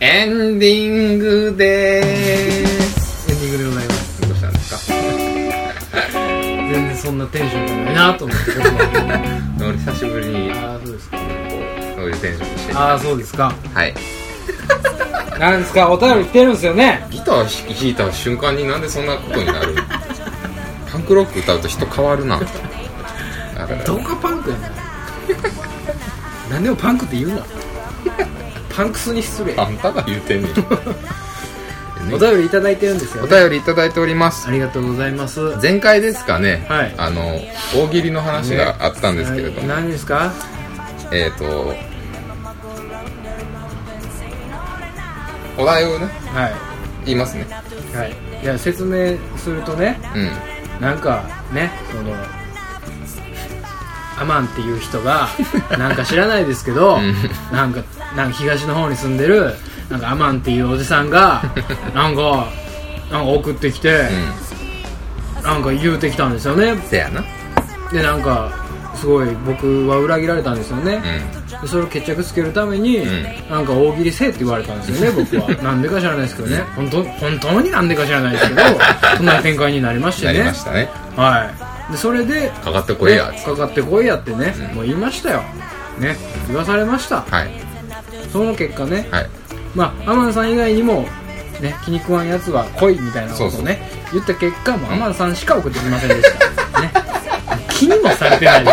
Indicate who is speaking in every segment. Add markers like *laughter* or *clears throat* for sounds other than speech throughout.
Speaker 1: エンディングでーすエンディングでございますどうしたんですか
Speaker 2: 全然そんなテンションじゃないなと思って僕は
Speaker 1: 俺久しぶりにこ
Speaker 2: ああそうですか
Speaker 1: う
Speaker 2: *laughs*
Speaker 1: そういうテンションにして
Speaker 2: ああそうですか
Speaker 1: はい
Speaker 2: なんですかお便り来てるんですよね
Speaker 1: ギター弾き弾いた瞬間になんでそんなことにな
Speaker 2: *laughs*
Speaker 1: るパンクロック歌うと人変わるなだから
Speaker 2: どこがパンクやねん何でもパンクって言うなパンクスに失礼
Speaker 1: あんたが言うてんねん
Speaker 2: *laughs* お便りいただいてるんですよ
Speaker 1: お
Speaker 2: ね
Speaker 1: 便りいただいております
Speaker 2: ありがとうございます
Speaker 1: 前回ですかね、
Speaker 2: はい
Speaker 1: あの大喜利の話があったんですけれども、
Speaker 2: はい何ですか
Speaker 1: えっ、とお題をね
Speaker 2: は
Speaker 1: 言いますね
Speaker 2: いはいいや説明するとね
Speaker 1: うん
Speaker 2: なんかねそのアマンっていう人がなんか知らないですけど、
Speaker 1: ん
Speaker 2: なんかなんか東の方に住んでるなんかアマンっていうおじさんがなんかなんか送ってきて、
Speaker 1: う
Speaker 2: なんか言うてきたんですよね
Speaker 1: んせやな
Speaker 2: でなんかすごい僕は裏切られたんですよね、
Speaker 1: う
Speaker 2: でそれを決着つけるために、
Speaker 1: ん
Speaker 2: なんか大喜利せえって言われたんで
Speaker 1: *laughs*
Speaker 2: すよね僕はなんでか知らないですけどね本当本当になんでか知らないですけどそんな展開になりまし
Speaker 1: ん
Speaker 2: て
Speaker 1: な
Speaker 2: ね
Speaker 1: りましたね
Speaker 2: はいでそれで
Speaker 1: かかってこいや
Speaker 2: ねかかってこいやってね、もう言いましたよね言わされました
Speaker 1: はい
Speaker 2: その結果ね
Speaker 1: はい
Speaker 2: まあアマンさん以外にもね気に食わんやつは来いみたいなことをね
Speaker 1: そうそう
Speaker 2: 言った結果もうアマンさんしか送ってきませんでした、ね *laughs* 気にもされてないで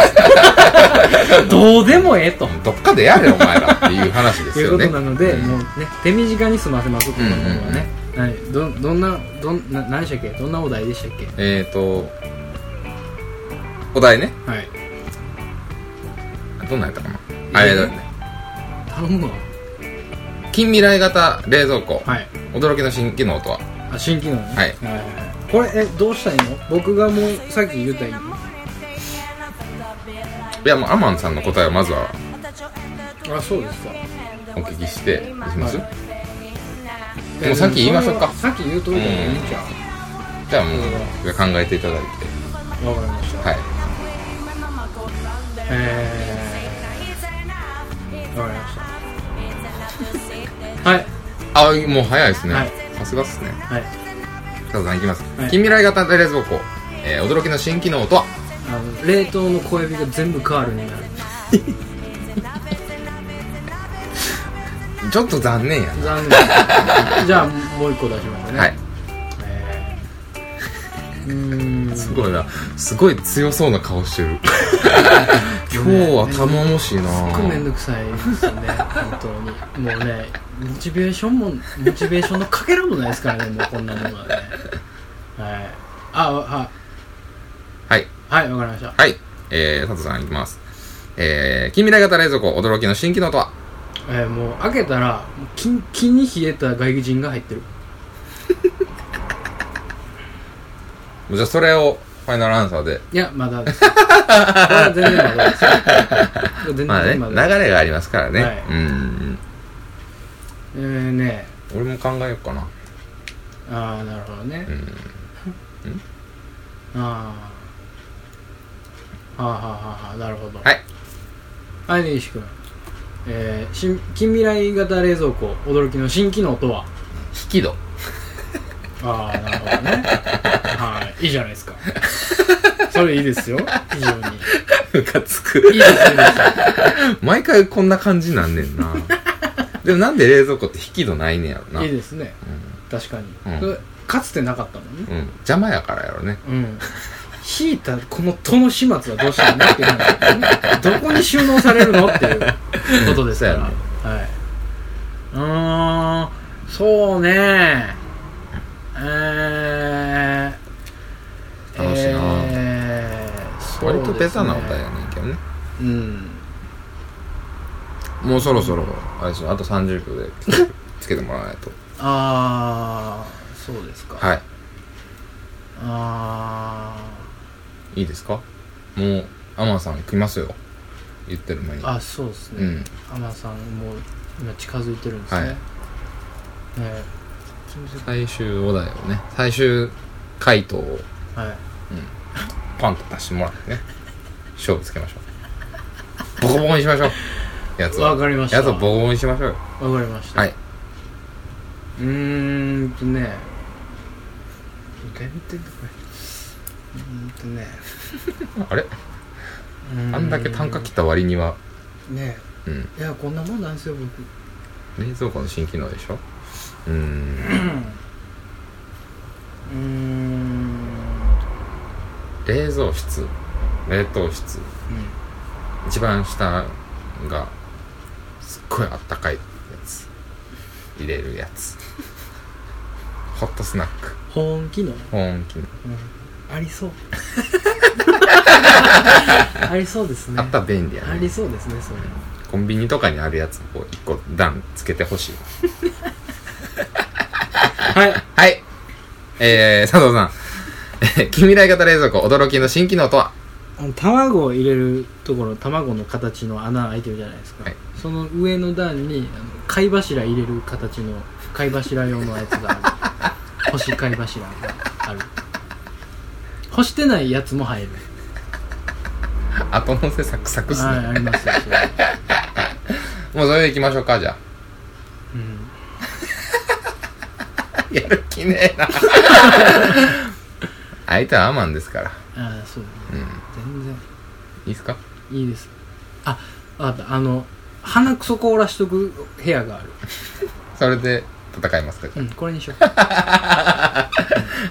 Speaker 2: す *laughs* どうでもええと
Speaker 1: どっかでや
Speaker 2: *laughs*
Speaker 1: れお前らっていう話です
Speaker 2: いう
Speaker 1: よ
Speaker 2: こ
Speaker 1: ね
Speaker 2: となので、
Speaker 1: うん
Speaker 2: もうね手短に済ませますこのものはね、はいどどんなどんな何でしたっけどんなお題でしたっけ
Speaker 1: えっ、とお題ね
Speaker 2: はい
Speaker 1: どんなんやったかなあれだね
Speaker 2: 頼むわ
Speaker 1: 近未来型冷蔵庫、
Speaker 2: はい
Speaker 1: 驚きの新機能とは
Speaker 2: あ新機能ね
Speaker 1: はい
Speaker 2: はいはいはいこれえどうしたらいいの僕がもうさっき言ったらいいの
Speaker 1: いやもうアマンさんの答えをまずは
Speaker 2: あそうですか
Speaker 1: お聞きしていきます、
Speaker 2: は
Speaker 1: もうさっき言いましょうか
Speaker 2: さっき言うとりだもんねじゃ
Speaker 1: じゃあもうじゃあ考えていただいて
Speaker 2: あわかりました、
Speaker 1: はい
Speaker 2: えーわかりましたはい
Speaker 1: あもう早いですね
Speaker 2: はい
Speaker 1: さすがっすね
Speaker 2: はい
Speaker 1: 佐藤さんいきます、
Speaker 2: はい
Speaker 1: 近未来型冷蔵庫、えー驚きの新機能とは
Speaker 2: あの冷凍の小エビが全部カールになる
Speaker 1: ちょっと残念やな *laughs*
Speaker 2: 残念じゃあもう一個出しますね、
Speaker 1: はい
Speaker 2: えー、うーん
Speaker 1: すごいなすごい強そうな顔
Speaker 2: *laughs*
Speaker 1: してる今日は頼もしいな
Speaker 2: すっごいめんどくさいですよね本当にもうねモチベーションもモチベーションのかけらもないですからねもうこんなものはねはいあは
Speaker 1: はい
Speaker 2: はいわかりました
Speaker 1: はいえー、佐藤さんいきますえー、近未来型冷蔵庫驚きの新機能とは
Speaker 2: えー、もう開けたらもうキンキンに冷えた外国人が入ってる
Speaker 1: じゃあそれをファイナルアンサーで
Speaker 2: いやまだですこれは全然まだですこれ全然
Speaker 1: まあね
Speaker 2: まだです、
Speaker 1: 流れがありますからね、
Speaker 2: はい
Speaker 1: うん
Speaker 2: えー、ね
Speaker 1: 俺も考えようかな
Speaker 2: ああなるほどね
Speaker 1: うん
Speaker 2: ああはあはあはあなるほど
Speaker 1: はい
Speaker 2: はい根岸君えー、新近未来型冷蔵庫驚きの新機能とは
Speaker 1: 引き戸
Speaker 2: ああなるほどね *laughs* はいいいじゃないです *laughs* かそれいいですよ非 *laughs* 常に
Speaker 1: ムカつ
Speaker 2: い
Speaker 1: く
Speaker 2: いですいいです
Speaker 1: 毎回こんな感じなんね
Speaker 2: *laughs*
Speaker 1: んなでもなんで冷蔵庫って引き戸ないねんやろない
Speaker 2: いですね、確かに、
Speaker 1: うん
Speaker 2: それかつてなかったもんね
Speaker 1: うん、邪魔やからやろね
Speaker 2: うん引いたこの戸の始末はどうしたんだっていう話だよねどこに収納されるのっていうことですか
Speaker 1: そう
Speaker 2: ら、
Speaker 1: や
Speaker 2: は
Speaker 1: ね
Speaker 2: いうーんそうねえー、
Speaker 1: 楽しいな
Speaker 2: えーそう
Speaker 1: 割
Speaker 2: ですね
Speaker 1: とベタなお題やねんけどね
Speaker 2: うん
Speaker 1: もうそろそろあれしあと30秒でつけてもらわない *laughs* と
Speaker 2: ああそうですか、
Speaker 1: は
Speaker 2: あ
Speaker 1: いいいですかもうアマンさん来ますよ言ってる前に
Speaker 2: ーあそうですね、
Speaker 1: うん
Speaker 2: アマさんもう今近づいてるんですね、
Speaker 1: はい
Speaker 2: ねえ
Speaker 1: 最終お題をね最終回答を
Speaker 2: はい
Speaker 1: パンと出してもらってね勝負つけましょうボコボコにしましょうやつを
Speaker 2: わかりました
Speaker 1: やつをボコボコにしましょうよ
Speaker 2: わかりました
Speaker 1: はい
Speaker 2: うーんとね限定とかうーんとね
Speaker 1: あれあんだけ単価切った割には
Speaker 2: ね
Speaker 1: うん
Speaker 2: いやこんなもんなんですよ僕
Speaker 1: 冷蔵庫の新機能でしょうーん
Speaker 2: うーん
Speaker 1: 冷蔵室冷凍室一番下がすっごいあったかいやつ入れるやつホットスナック
Speaker 2: 保温機能、
Speaker 1: 保温機能
Speaker 2: あり
Speaker 1: *laughs*
Speaker 2: そうありそうですね
Speaker 1: あったら便利や
Speaker 2: あ
Speaker 1: ね
Speaker 2: りそうですねそれ
Speaker 1: コンビニとかにあるやつを一個段つけてほ
Speaker 2: *laughs*
Speaker 1: しい
Speaker 2: はい
Speaker 1: はいえー、佐藤さんえー近未来型冷蔵庫驚きの新機能とは
Speaker 2: あの卵を入れるところ卵の形の穴開いてるじゃないですか、
Speaker 1: はい
Speaker 2: その上の段にあの貝柱入れる形の貝柱用のやつがあ
Speaker 1: *laughs*
Speaker 2: る干し貝柱がある干してないやつも入る
Speaker 1: 後乗せサクサクっすね、
Speaker 2: はいありますよそれ、
Speaker 1: もうそれでいきましょうかじゃ
Speaker 2: うん、
Speaker 1: あやる気ねえな相手はアマンですから
Speaker 2: ああそうね
Speaker 1: うん
Speaker 2: 全然
Speaker 1: いいっすか
Speaker 2: いいですあわかったあの鼻くそ凍らしとく部屋がある、
Speaker 1: それで戦いますか
Speaker 2: うん、これにしようは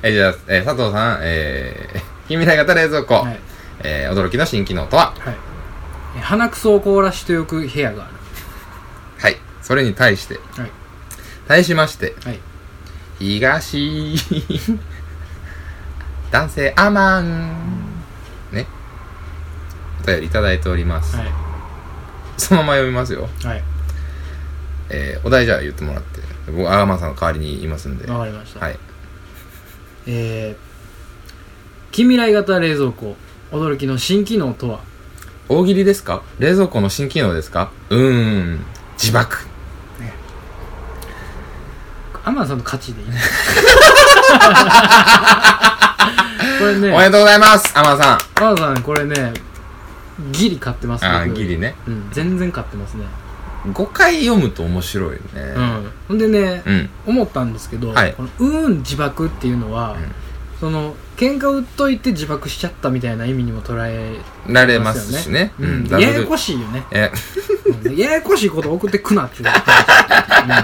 Speaker 1: えじゃあ、えー佐藤さん、えー、近未来型冷蔵庫、
Speaker 2: い、
Speaker 1: えー驚きの新機能とは
Speaker 2: はい、え鼻くそを凍らしておく部屋があ
Speaker 1: はい。それに対して、
Speaker 2: るはい
Speaker 1: 対しまして、
Speaker 2: はい
Speaker 1: 東、 *laughs* 男性アマン、ね。お便りいただいております。
Speaker 2: はい
Speaker 1: そのまま読みますよ。
Speaker 2: はい
Speaker 1: えーお題じゃあ言ってもらって。僕、アーマンさんの代わりに言いますんで。
Speaker 2: わ
Speaker 1: は
Speaker 2: かりました、
Speaker 1: い。
Speaker 2: えー、近未来型冷蔵庫驚きの新機能とは
Speaker 1: 大喜利ですか冷蔵庫の新機能ですかうーん。自爆。
Speaker 2: アマンさんの勝ちでいい
Speaker 1: *laughs*
Speaker 2: これ
Speaker 1: おめ
Speaker 2: ね
Speaker 1: でとうございますアマンさん
Speaker 2: アマンさんこれねギリ買ってます
Speaker 1: あー
Speaker 2: 僕
Speaker 1: ギリね。
Speaker 2: うん全然買ってますね
Speaker 1: 5回読むと面白いね。
Speaker 2: うんほんでね
Speaker 1: う、ん。
Speaker 2: 思ったんですけど、
Speaker 1: はい
Speaker 2: このうーん自爆っていうのは、
Speaker 1: ん
Speaker 2: その喧嘩売っといて自爆しちゃったみたいな意味にも捉え
Speaker 1: られますしね。
Speaker 2: う
Speaker 1: うん
Speaker 2: ん、
Speaker 1: ダ
Speaker 2: や
Speaker 1: ブ
Speaker 2: や
Speaker 1: ル
Speaker 2: こしいよね
Speaker 1: え、
Speaker 2: うんややこしいこと送ってくなって言われてま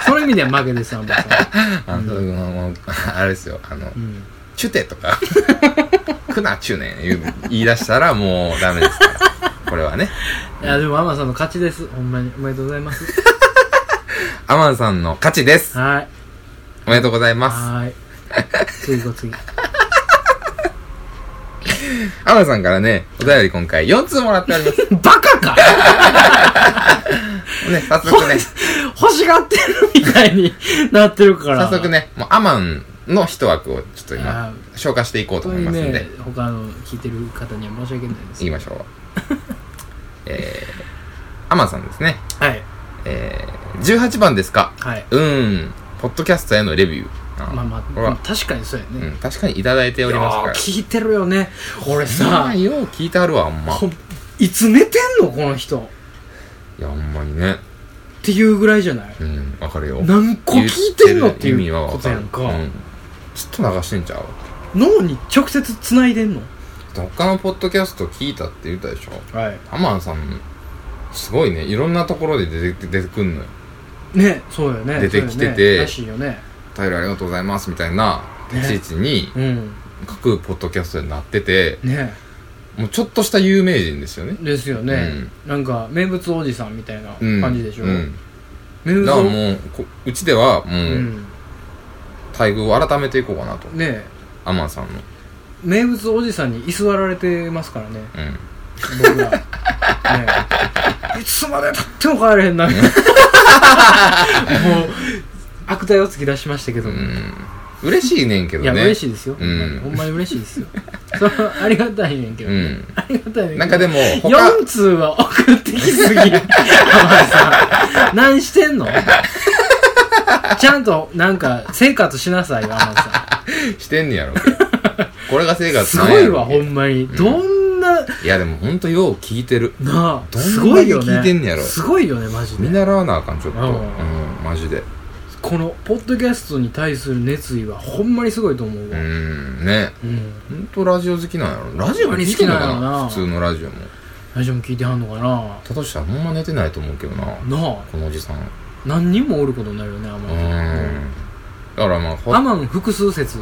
Speaker 2: す、うん、そういう意味では負けですアンバさん、
Speaker 1: あの、 *laughs* もうあれですよ、あの、
Speaker 2: うん、
Speaker 1: チュテと
Speaker 2: *laughs*
Speaker 1: か、クナチュネン言う言い出したらもうダメですから。これはね。
Speaker 2: いやでもアンバさんの勝ちですほんまにおめでとうございます
Speaker 1: アマンさんの勝ちです。
Speaker 2: はい
Speaker 1: おめでとうございます。
Speaker 2: はーい次行こう次
Speaker 1: アマンさんからね、お便り今回4通もらっております。
Speaker 2: バカか
Speaker 1: ね、早速ね、
Speaker 2: 欲しがってるみたいになってるから
Speaker 1: 早速ね、もうアマンの一枠をちょっと
Speaker 2: あ
Speaker 1: 今、消化していこうと
Speaker 2: 本当
Speaker 1: 思い
Speaker 2: に
Speaker 1: ますんで
Speaker 2: ね、他の聞いてる方には申し訳な
Speaker 1: 行
Speaker 2: いです
Speaker 1: きましょう。えー、アマンさんですね。
Speaker 2: はい
Speaker 1: えー、18番ですか
Speaker 2: はい
Speaker 1: うん、ポッドキャストへのレビュー。あ
Speaker 2: まあま
Speaker 1: これ
Speaker 2: あ
Speaker 1: は
Speaker 2: 確かにそうやね、
Speaker 1: うん、確かにいただいておりますから。
Speaker 2: いやー聞いてるよね俺
Speaker 1: ま
Speaker 2: さ
Speaker 1: あ、よう聞いてあるわ、あんま。
Speaker 2: こいつ寝てんのこの人っ
Speaker 1: いや、ほんまにね。
Speaker 2: ていうぐらいじゃない
Speaker 1: うん、わかるよ。
Speaker 2: 何個聞いてんのって
Speaker 1: 言って
Speaker 2: い
Speaker 1: る意味は
Speaker 2: う
Speaker 1: わ
Speaker 2: こと
Speaker 1: か
Speaker 2: や
Speaker 1: る
Speaker 2: んか、
Speaker 1: うんずっと流してんちゃう
Speaker 2: 脳に直接つないでんの
Speaker 1: 他のポッドキャスト聞いたって言ったでしょ
Speaker 2: は
Speaker 1: ハマンさん、すごいね。いろんなところで出て出てくんのよ。
Speaker 2: いねそうよね
Speaker 1: 出てきてて
Speaker 2: そうよねらしいよね
Speaker 1: タイルありがとうございます、みたいな立ち位置に、
Speaker 2: うん
Speaker 1: 各ポッドキャストになってて、
Speaker 2: ね
Speaker 1: もうちょっとした有名人ですよね。
Speaker 2: ですよね、なんか名物おじさんみたいな
Speaker 1: うん。
Speaker 2: 感じでしょ、
Speaker 1: うん。
Speaker 2: 名
Speaker 1: だ
Speaker 2: 物
Speaker 1: から
Speaker 2: お
Speaker 1: もう、こうちでは、も
Speaker 2: う
Speaker 1: う、
Speaker 2: ん
Speaker 1: 待遇を改めていこうかなと。
Speaker 2: ね
Speaker 1: アマンさんの。
Speaker 2: 名物おじさんに居座られてますからね
Speaker 1: うん。*laughs*
Speaker 2: 僕らねいつまでたっても帰れへんなもう
Speaker 1: *laughs*
Speaker 2: 悪態をつき出しましたけど、
Speaker 1: うん嬉しいねんけど
Speaker 2: い
Speaker 1: ね
Speaker 2: や嬉しいですよ、
Speaker 1: うん
Speaker 2: ほんまに嬉しいですよ *laughs* それはありがたいねんけど、
Speaker 1: うん
Speaker 2: ありがたいねんけど
Speaker 1: なんかでも他
Speaker 2: 4通は送ってきすぎる浜田さん何して
Speaker 1: *laughs*
Speaker 2: んのちゃんとなんか生活しなさいよ浜田さ
Speaker 1: してんね
Speaker 2: *laughs*
Speaker 1: やろうけどこれが生
Speaker 2: ん
Speaker 1: 活
Speaker 2: す
Speaker 1: なん
Speaker 2: ご
Speaker 1: や
Speaker 2: い
Speaker 1: ろ
Speaker 2: わ
Speaker 1: うけ
Speaker 2: ほ
Speaker 1: ど
Speaker 2: んまに、どんない
Speaker 1: やでもほんとよう聞いてる
Speaker 2: なあ
Speaker 1: どんだけ
Speaker 2: すごいよね
Speaker 1: 聞いてんねやろ
Speaker 2: すごいよねマジで
Speaker 1: 見習わなあかんちょっと
Speaker 2: う
Speaker 1: うんんマジで
Speaker 2: このポッドキャストに対する熱意はほんまにすごいと思う
Speaker 1: う
Speaker 2: わ、うん
Speaker 1: んねほんとラジオ好きなんやろラジオも聞きなのか
Speaker 2: ほんまに好きなんやろ
Speaker 1: な
Speaker 2: な
Speaker 1: 普通のラジオも
Speaker 2: 大丈夫聞いてはんのかな
Speaker 1: たとしたらほんま寝てないと思うけどな
Speaker 2: なあ
Speaker 1: このおじさん
Speaker 2: 何人もおることになるよねア
Speaker 1: う
Speaker 2: マン
Speaker 1: んだからまあほ
Speaker 2: アマン複数説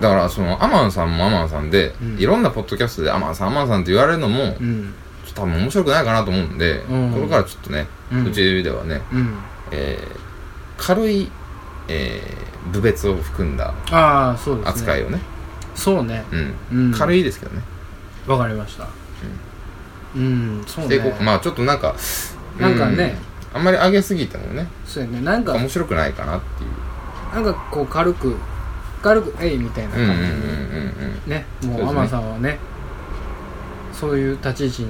Speaker 1: だからそのアマンさんもアマンさんで、
Speaker 2: うん
Speaker 1: いろんなポッドキャストでアマンさんアマンさんって言われるのも、ちょ
Speaker 2: うん
Speaker 1: っと多分面白くないかなと思うんで、
Speaker 2: うん
Speaker 1: これからちょっとね、
Speaker 2: う
Speaker 1: うんちではね、
Speaker 2: うん
Speaker 1: えー軽い、えー、部別を含んだ
Speaker 2: ああそうですね
Speaker 1: 扱いをね
Speaker 2: そうね
Speaker 1: うん、
Speaker 2: うん
Speaker 1: 軽いですけどね
Speaker 2: わかりましたうん、そう
Speaker 1: していこうか
Speaker 2: ね
Speaker 1: まあちょっとなんか
Speaker 2: なんかね、
Speaker 1: うんあんまり上げすぎてもね
Speaker 2: そうやねなんか
Speaker 1: 面白くないかなっていう
Speaker 2: なんかこう軽く軽く「えい」みたいな
Speaker 1: うんうんうん
Speaker 2: 感じ
Speaker 1: う
Speaker 2: に
Speaker 1: んうん
Speaker 2: ね
Speaker 1: そうです
Speaker 2: もう
Speaker 1: ね
Speaker 2: アマンさんはねそういう立ち位置に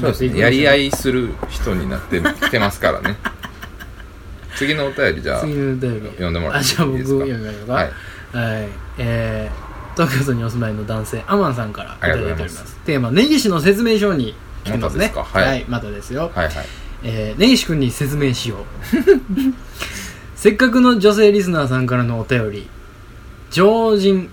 Speaker 1: そうですねやり合いする人になってきてますから *laughs* ね次のお便りじゃあ
Speaker 2: 次のお便り
Speaker 1: 読んでもら
Speaker 2: あ
Speaker 1: ってい
Speaker 2: じゃあ
Speaker 1: い
Speaker 2: 僕
Speaker 1: ですか
Speaker 2: 読みましょうか
Speaker 1: はい
Speaker 2: はい、えー、東京都にお住まいの男性アマンさんからいただいており
Speaker 1: ありがとうご
Speaker 2: ま
Speaker 1: ざいま
Speaker 2: す
Speaker 1: す
Speaker 2: テーマ「根岸の説明書」に来てますね
Speaker 1: またですかはい
Speaker 2: またですよ、
Speaker 1: はいはい
Speaker 2: えー、根岸君に説明しよう *laughs* せっかくの女性リスナーさんからのお便り常人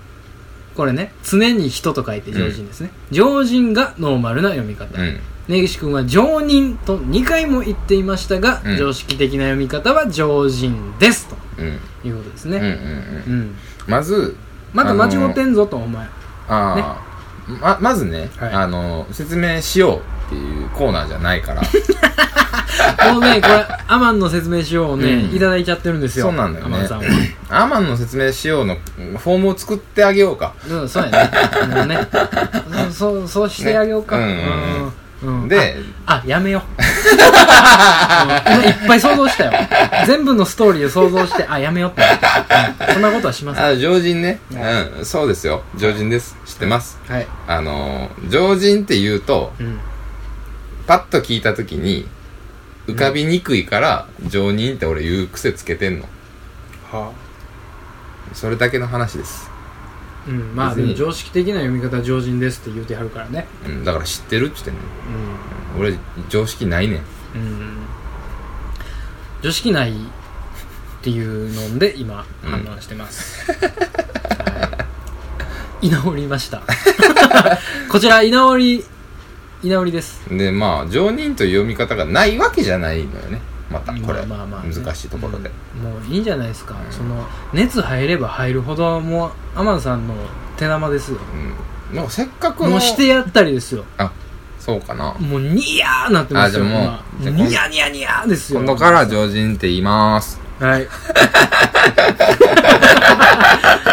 Speaker 2: これね常に人と書いて常人ですね、常人がノーマルな読み方、
Speaker 1: うん
Speaker 2: 根岸君は常人と2回も言っていましたが、
Speaker 1: うん
Speaker 2: 常識的な読み方は常人です
Speaker 1: うん
Speaker 2: ということです
Speaker 1: うんうん
Speaker 2: ね、
Speaker 1: うん
Speaker 2: うん
Speaker 1: まず
Speaker 2: まだ間違ってんぞとお前
Speaker 1: ああ、ままずね、
Speaker 2: はい
Speaker 1: あの説明しようっていうコーナーじゃない *laughs* から
Speaker 2: もうねこれアマンの説明しようをね、
Speaker 1: うん
Speaker 2: いただいちゃってるんですよ
Speaker 1: そうなんだよね
Speaker 2: アマンさんは
Speaker 1: アマンの説明しようのフォームを作ってあげようか
Speaker 2: うんそうやねもうねそうそうそうしてあげようか、
Speaker 1: ね
Speaker 2: うんうんうん
Speaker 1: で
Speaker 2: ああや *laughs* めよううんいっぱい想像したよ全部のストーリーを想像してあやめようって思ったうんそんなことはしません
Speaker 1: あ常人ね、
Speaker 2: は
Speaker 1: うんそうですよ常人です知ってます
Speaker 2: はい、
Speaker 1: あの常人って言うと
Speaker 2: うん、
Speaker 1: パッと聞いた時に浮かびにくいから常人って俺言う癖つけてんの
Speaker 2: は
Speaker 1: それだけの話です、
Speaker 2: うん、まあ
Speaker 1: 別
Speaker 2: で
Speaker 1: に
Speaker 2: も常識的な読み方は常人ですって言うてはるからね
Speaker 1: うん、だから知ってるって言ってんの
Speaker 2: うん
Speaker 1: 俺常識ないねん
Speaker 2: うん常識ないっていうので今
Speaker 1: うん
Speaker 2: 反応してます、はい居直りました
Speaker 1: *laughs*
Speaker 2: こちら居直り居直りです
Speaker 1: でまあ常任という読み方がないわけじゃないのよねまたこれ、
Speaker 2: まあまあまあね
Speaker 1: 難しいところで、
Speaker 2: うんもういいんじゃないですか、その熱入れば入るほどもうアマンさんの手玉ですよ
Speaker 1: うん、なんかせっかくの
Speaker 2: もうしてやったりですよ
Speaker 1: あそうかな
Speaker 2: もうニヤーなってますよ
Speaker 1: あじゃあもう
Speaker 2: 今
Speaker 1: じゃあ
Speaker 2: ニヤニヤニヤーですよ
Speaker 1: 今度から常人って言います
Speaker 2: はい。
Speaker 1: *laughs*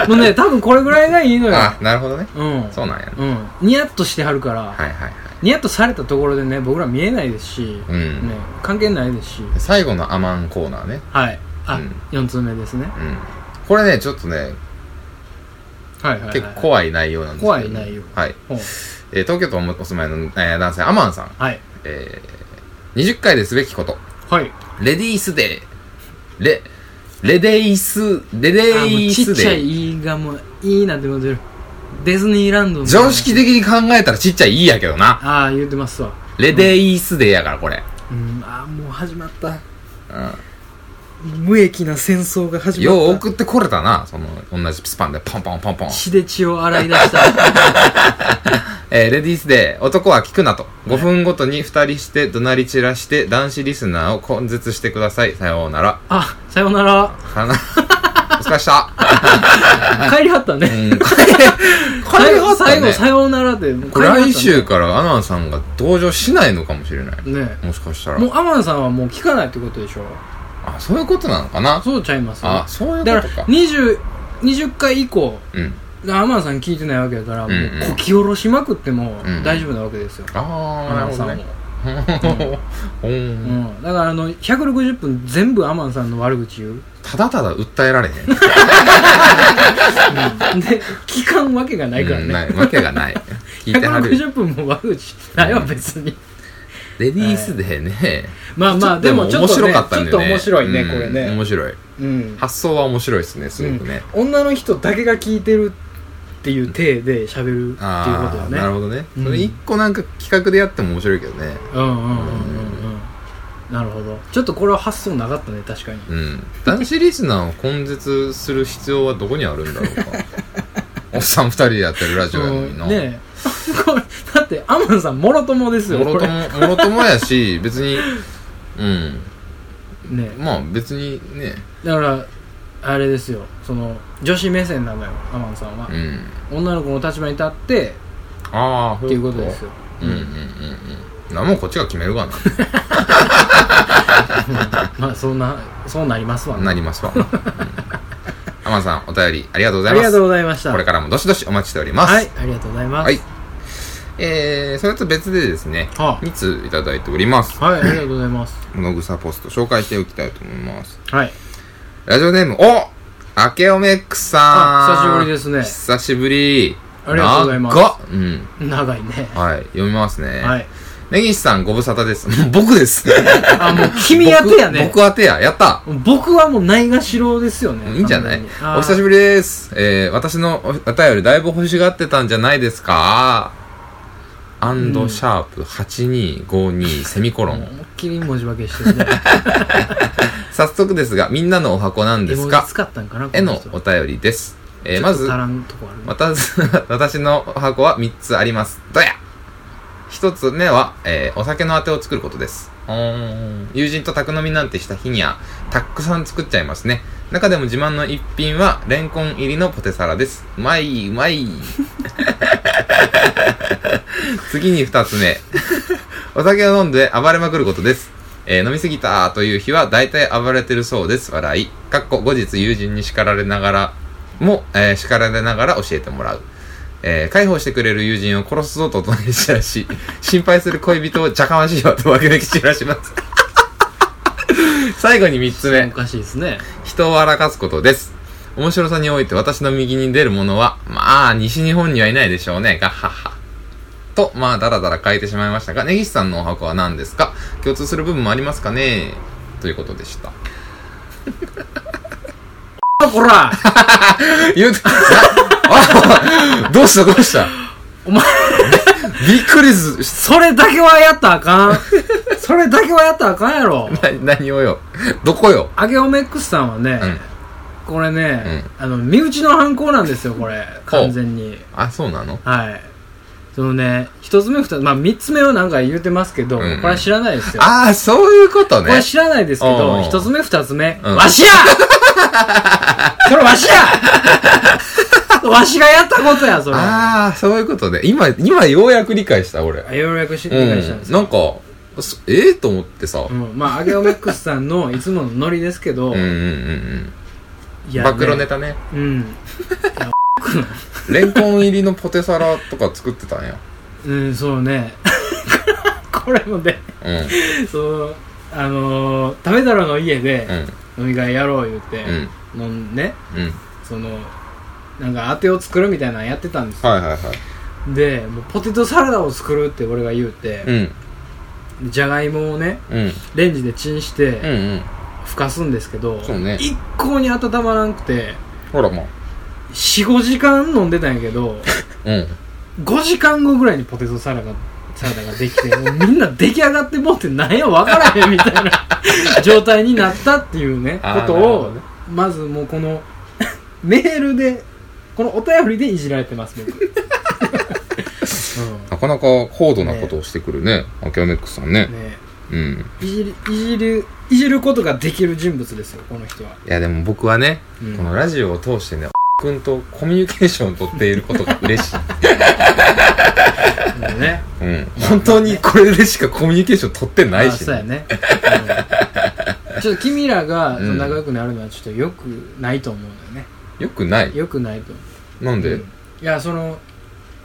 Speaker 2: もうね、多分これぐらいがいいのよ。
Speaker 1: あなるほどね
Speaker 2: うん。
Speaker 1: そうなんやね
Speaker 2: うん。ニヤッとしてはるから、
Speaker 1: はいはいはい
Speaker 2: ニヤッとされたところでね、僕ら見えないですし、ね、
Speaker 1: うん、
Speaker 2: 関係ないですし、
Speaker 1: 最後のアマンコーナーね
Speaker 2: はい。あ、
Speaker 1: うん
Speaker 2: 四4通目ですね。
Speaker 1: うんこれねちょっとね
Speaker 2: はいはい、はい。
Speaker 1: 結構怖い内容なんですけど、
Speaker 2: 怖い内容
Speaker 1: はい、
Speaker 2: ほう
Speaker 1: えー東京都お住まいの、えー男性アマンさん、
Speaker 2: はい。
Speaker 1: えー、20回ですべきこと
Speaker 2: はい。
Speaker 1: レディースデーレレデイスレデ
Speaker 2: あもう
Speaker 1: イ
Speaker 2: ち
Speaker 1: ス
Speaker 2: っちゃ
Speaker 1: デー
Speaker 2: い「い」がもう「いい」なんて思ってるディズニーランドの
Speaker 1: 常識的に考えたらちっちゃいいいやけどな
Speaker 2: ああ言ってますわ
Speaker 1: レデイスデーやからこれ、
Speaker 2: うんああもう始まった
Speaker 1: うん、
Speaker 2: 無益な戦争が始まった
Speaker 1: よう送ってこれたな、その、同じスパンでポンポンポンポン。
Speaker 2: 血で血を洗い
Speaker 1: *laughs*
Speaker 2: 出した
Speaker 1: えーレディースデー、男は聞くなと。5分ごとに2人して怒鳴り散らして男子リスナーを根絶してください。さようなら。
Speaker 2: あさようなら
Speaker 1: か
Speaker 2: *laughs*
Speaker 1: な。お疲れした。
Speaker 2: 帰りはった
Speaker 1: う *laughs*
Speaker 2: ね。
Speaker 1: ん、これ、これ
Speaker 2: 最後、最後、
Speaker 1: ね。
Speaker 2: さようならで、もう帰りはったね
Speaker 1: 来週からアナンさんが登場しないのかもしれない。
Speaker 2: ね
Speaker 1: もしかした
Speaker 2: も
Speaker 1: ら。
Speaker 2: うアマンさんはもう聞かないってことでしょ
Speaker 1: あ、そういうことなのかな
Speaker 2: そうちゃいます
Speaker 1: あ、そういう
Speaker 2: だ
Speaker 1: こ
Speaker 2: か
Speaker 1: と
Speaker 2: ら
Speaker 1: か。
Speaker 2: 20、20回以降、
Speaker 1: うん。
Speaker 2: アマンさん聞いてないわけだから、
Speaker 1: うんうん
Speaker 2: もうこき下ろしまくっても
Speaker 1: うん
Speaker 2: 大丈夫なわけですよ。
Speaker 1: あ
Speaker 2: ア
Speaker 1: ー、なる
Speaker 2: マン
Speaker 1: ほ
Speaker 2: さ
Speaker 1: ど
Speaker 2: んも
Speaker 1: ね。。う。
Speaker 2: うん
Speaker 1: *laughs*
Speaker 2: ん。だからあの、160分全部アマンさんの悪口言う。
Speaker 1: ただただ訴えられへん。
Speaker 2: *laughs* で、聞かんわけがないから
Speaker 1: うんな
Speaker 2: ね。
Speaker 1: い、わけが
Speaker 2: *laughs*
Speaker 1: ない。聞いてはる。
Speaker 2: 160分も悪口ないわ、別に。
Speaker 1: レディースデーね。
Speaker 2: まあまあ、でもちょっとね、ちょっと面白いね、
Speaker 1: うん
Speaker 2: これね
Speaker 1: 面。白い。
Speaker 2: うん。
Speaker 1: 発想は面白いですね、すごくね。
Speaker 2: うん、女の人だけが聞いてるっていう体で喋るっていうこと
Speaker 1: あ
Speaker 2: よ
Speaker 1: あ、
Speaker 2: ね
Speaker 1: なるほどね。
Speaker 2: うん
Speaker 1: それ一個なんか企画でやっても面白いけどね。
Speaker 2: うんうんうんうんうんなるほどちょっとこれは発想なかったね確かに
Speaker 1: うん男子リスナーを根絶する必要はどこにあるんだろう
Speaker 2: *laughs*
Speaker 1: かおっさん二人でやってるラジオやのにな、
Speaker 2: うんね *laughs* えこれだってアマンさんもろともですよ
Speaker 1: もろ
Speaker 2: ことれね
Speaker 1: ももろともやし別にうん
Speaker 2: え
Speaker 1: まあ別にね
Speaker 2: だからあれですよその女子目線なのよアマンさんは
Speaker 1: う、ん
Speaker 2: 女の子の立場に立って
Speaker 1: ああ
Speaker 2: っていうことですよ
Speaker 1: うんうんうんうん何もこっちが決める
Speaker 2: *laughs*
Speaker 1: わ
Speaker 2: まあそんなそうなりますわ
Speaker 1: な
Speaker 2: ね
Speaker 1: なりますわ、うん、アマンさんお便りありがとうござ
Speaker 2: あ
Speaker 1: いま
Speaker 2: り
Speaker 1: す
Speaker 2: がとうございました
Speaker 1: これからもどしどしお待ちしております
Speaker 2: はいありがとうございます
Speaker 1: はいえー、それと別でですね
Speaker 2: は
Speaker 1: 2通いただいております
Speaker 2: あはいありがとうございます
Speaker 1: 物草ポスト紹介しておきたいと思います
Speaker 2: はい
Speaker 1: ラジオネームお明けおめっくさん
Speaker 2: あ久しぶりですね
Speaker 1: 久しぶり
Speaker 2: ありがとうございます
Speaker 1: 長っうん
Speaker 2: 長いね
Speaker 1: はい読みますね
Speaker 2: はい
Speaker 1: 根岸さんご無沙汰
Speaker 2: *laughs*
Speaker 1: です。もう僕です。
Speaker 2: あもう君宛てやね
Speaker 1: 僕僕宛てや。やった。
Speaker 2: 僕はもうないがしろですよね
Speaker 1: いいんじゃないお久し
Speaker 2: ぶ
Speaker 1: ぶりです。えー、私のおお便りだいぶ欲しがってたんじゃないですかアンドシャープ8252セミコロン。
Speaker 2: 思いっきり文字化けしてるね
Speaker 1: 早速ですが、みんなのお箱なんです
Speaker 2: 絵文
Speaker 1: か
Speaker 2: 字使ったんかな
Speaker 1: へ
Speaker 2: こ
Speaker 1: の
Speaker 2: 人
Speaker 1: お便りです。えー、
Speaker 2: ちょ
Speaker 1: ま
Speaker 2: っと
Speaker 1: ず
Speaker 2: 足、らんとこあるね
Speaker 1: また、私のお箱は3つあります。どや一つ目は、えーお酒のあてを作ることです。うーん友人と宅飲みなんてした日には、たくさん作っちゃいますね。中でも自慢の一品は、レンコン入りのポテサラです。うまい、うま *laughs* い。次に二つ目。お酒を飲んで暴れまくることです。えー飲みすぎたという日は大体暴れてるそうです。笑い。かっこ後日友人に叱られながらも、えー叱られながら教えてもらう。えー、解放してくれる友人を殺すぞと怒鳴り散らし、心配する恋人を邪魔しようと爆撃散らします。 *laughs* 最後に三つ目
Speaker 2: お。かしいです
Speaker 1: *laughs*
Speaker 2: ね
Speaker 1: 人を笑かすことです。面白さにおいて私の右に出るものは、まあ、西日本にはいないでしょうね。ガッハッハ。と、まあ、だらだら書いてしまいましたが、根岸さんのお箱は何ですか共通する部分もありますかねということでした。 *laughs*
Speaker 2: こら
Speaker 1: 言うた、ああどうしたどうした
Speaker 2: お前
Speaker 1: びっくりす、
Speaker 2: それだけはやったらあかんそれだけはやったらあかんやろ
Speaker 1: な、何をよ。どこよ。
Speaker 2: アゲオメックスさんはね、
Speaker 1: うん
Speaker 2: これね、あの身内の犯行なんですよこれ完全に
Speaker 1: あ、そうなの
Speaker 2: はいそのね一つ目二つまあ三つ目はなんか言うてますけど、
Speaker 1: うんうん
Speaker 2: これは知らないですよ
Speaker 1: ああ、そういうこと
Speaker 2: これ
Speaker 1: ね
Speaker 2: は。知らないですけ
Speaker 1: おうお
Speaker 2: ど
Speaker 1: う
Speaker 2: 一つ目二つ目、
Speaker 1: うん
Speaker 2: わしや *laughs* それわしやわしがや *laughs* ったことやそれ
Speaker 1: ああ、そういうことね。今、今ようやく理解した、俺。
Speaker 2: ようやく知っ
Speaker 1: う
Speaker 2: て
Speaker 1: ん
Speaker 2: いしたんです
Speaker 1: なんか、そええと思ってさ。
Speaker 2: うんまあアゲオメックスさんのいつものノリですけど、
Speaker 1: うんうんうん
Speaker 2: い
Speaker 1: うん。
Speaker 2: や
Speaker 1: 暴露ネタね。
Speaker 2: うん
Speaker 1: レンコン入りのポテサラとか作ってたんや。
Speaker 2: うん、そうね。 *laughs* これもね、
Speaker 1: うん。うん。
Speaker 2: そう、あのー、食べ太郎の家で飲み会やろう言って、
Speaker 1: うん。
Speaker 2: 飲んね、
Speaker 1: うん。
Speaker 2: その、なんか当てを作るみたいなのやってたんですよ。
Speaker 1: はいはいはい。
Speaker 2: で、もうポテトサラダを作るって俺が言う
Speaker 1: う
Speaker 2: て、
Speaker 1: ん。
Speaker 2: じゃがいもをね、
Speaker 1: うん。
Speaker 2: レンジでチンし
Speaker 1: うん
Speaker 2: て、
Speaker 1: うん。
Speaker 2: ふかすんですけど、
Speaker 1: そうね
Speaker 2: 一向に温まらなくて、
Speaker 1: ほらまあ。
Speaker 2: 4、5時間飲んでたんやけど、
Speaker 1: うん。
Speaker 2: 5時間後ぐらいにポテトサラダサラダができてもうみんな出来上がってもうてなんや分からへんみたい
Speaker 1: *laughs*
Speaker 2: な状態になったっていうね
Speaker 1: あー
Speaker 2: こと
Speaker 1: なるほど
Speaker 2: を、
Speaker 1: ね
Speaker 2: まずもうこのメールでこのお便りでいじられてます僕、う
Speaker 1: なかなか高度なことをしてくるね。アキオメックスさんね
Speaker 2: ん、。ね
Speaker 1: うん。
Speaker 2: いじりいじるいじることができる人物ですよこの人は、
Speaker 1: いやでも僕はね、
Speaker 2: うん
Speaker 1: このラジオを通してね、くんとコミュニケーションを取っていることが嬉しい。
Speaker 2: *laughs* もうね
Speaker 1: うん。本当にこれでしかコミュニケーション取ってない
Speaker 2: まあ
Speaker 1: し
Speaker 2: そうや
Speaker 1: ね。 *laughs*
Speaker 2: ね、うんちょっと君らがその仲良くなるのはちょっとよくないと思うんだよね、
Speaker 1: よくない
Speaker 2: よくないと思う
Speaker 1: なんで
Speaker 2: うんいやその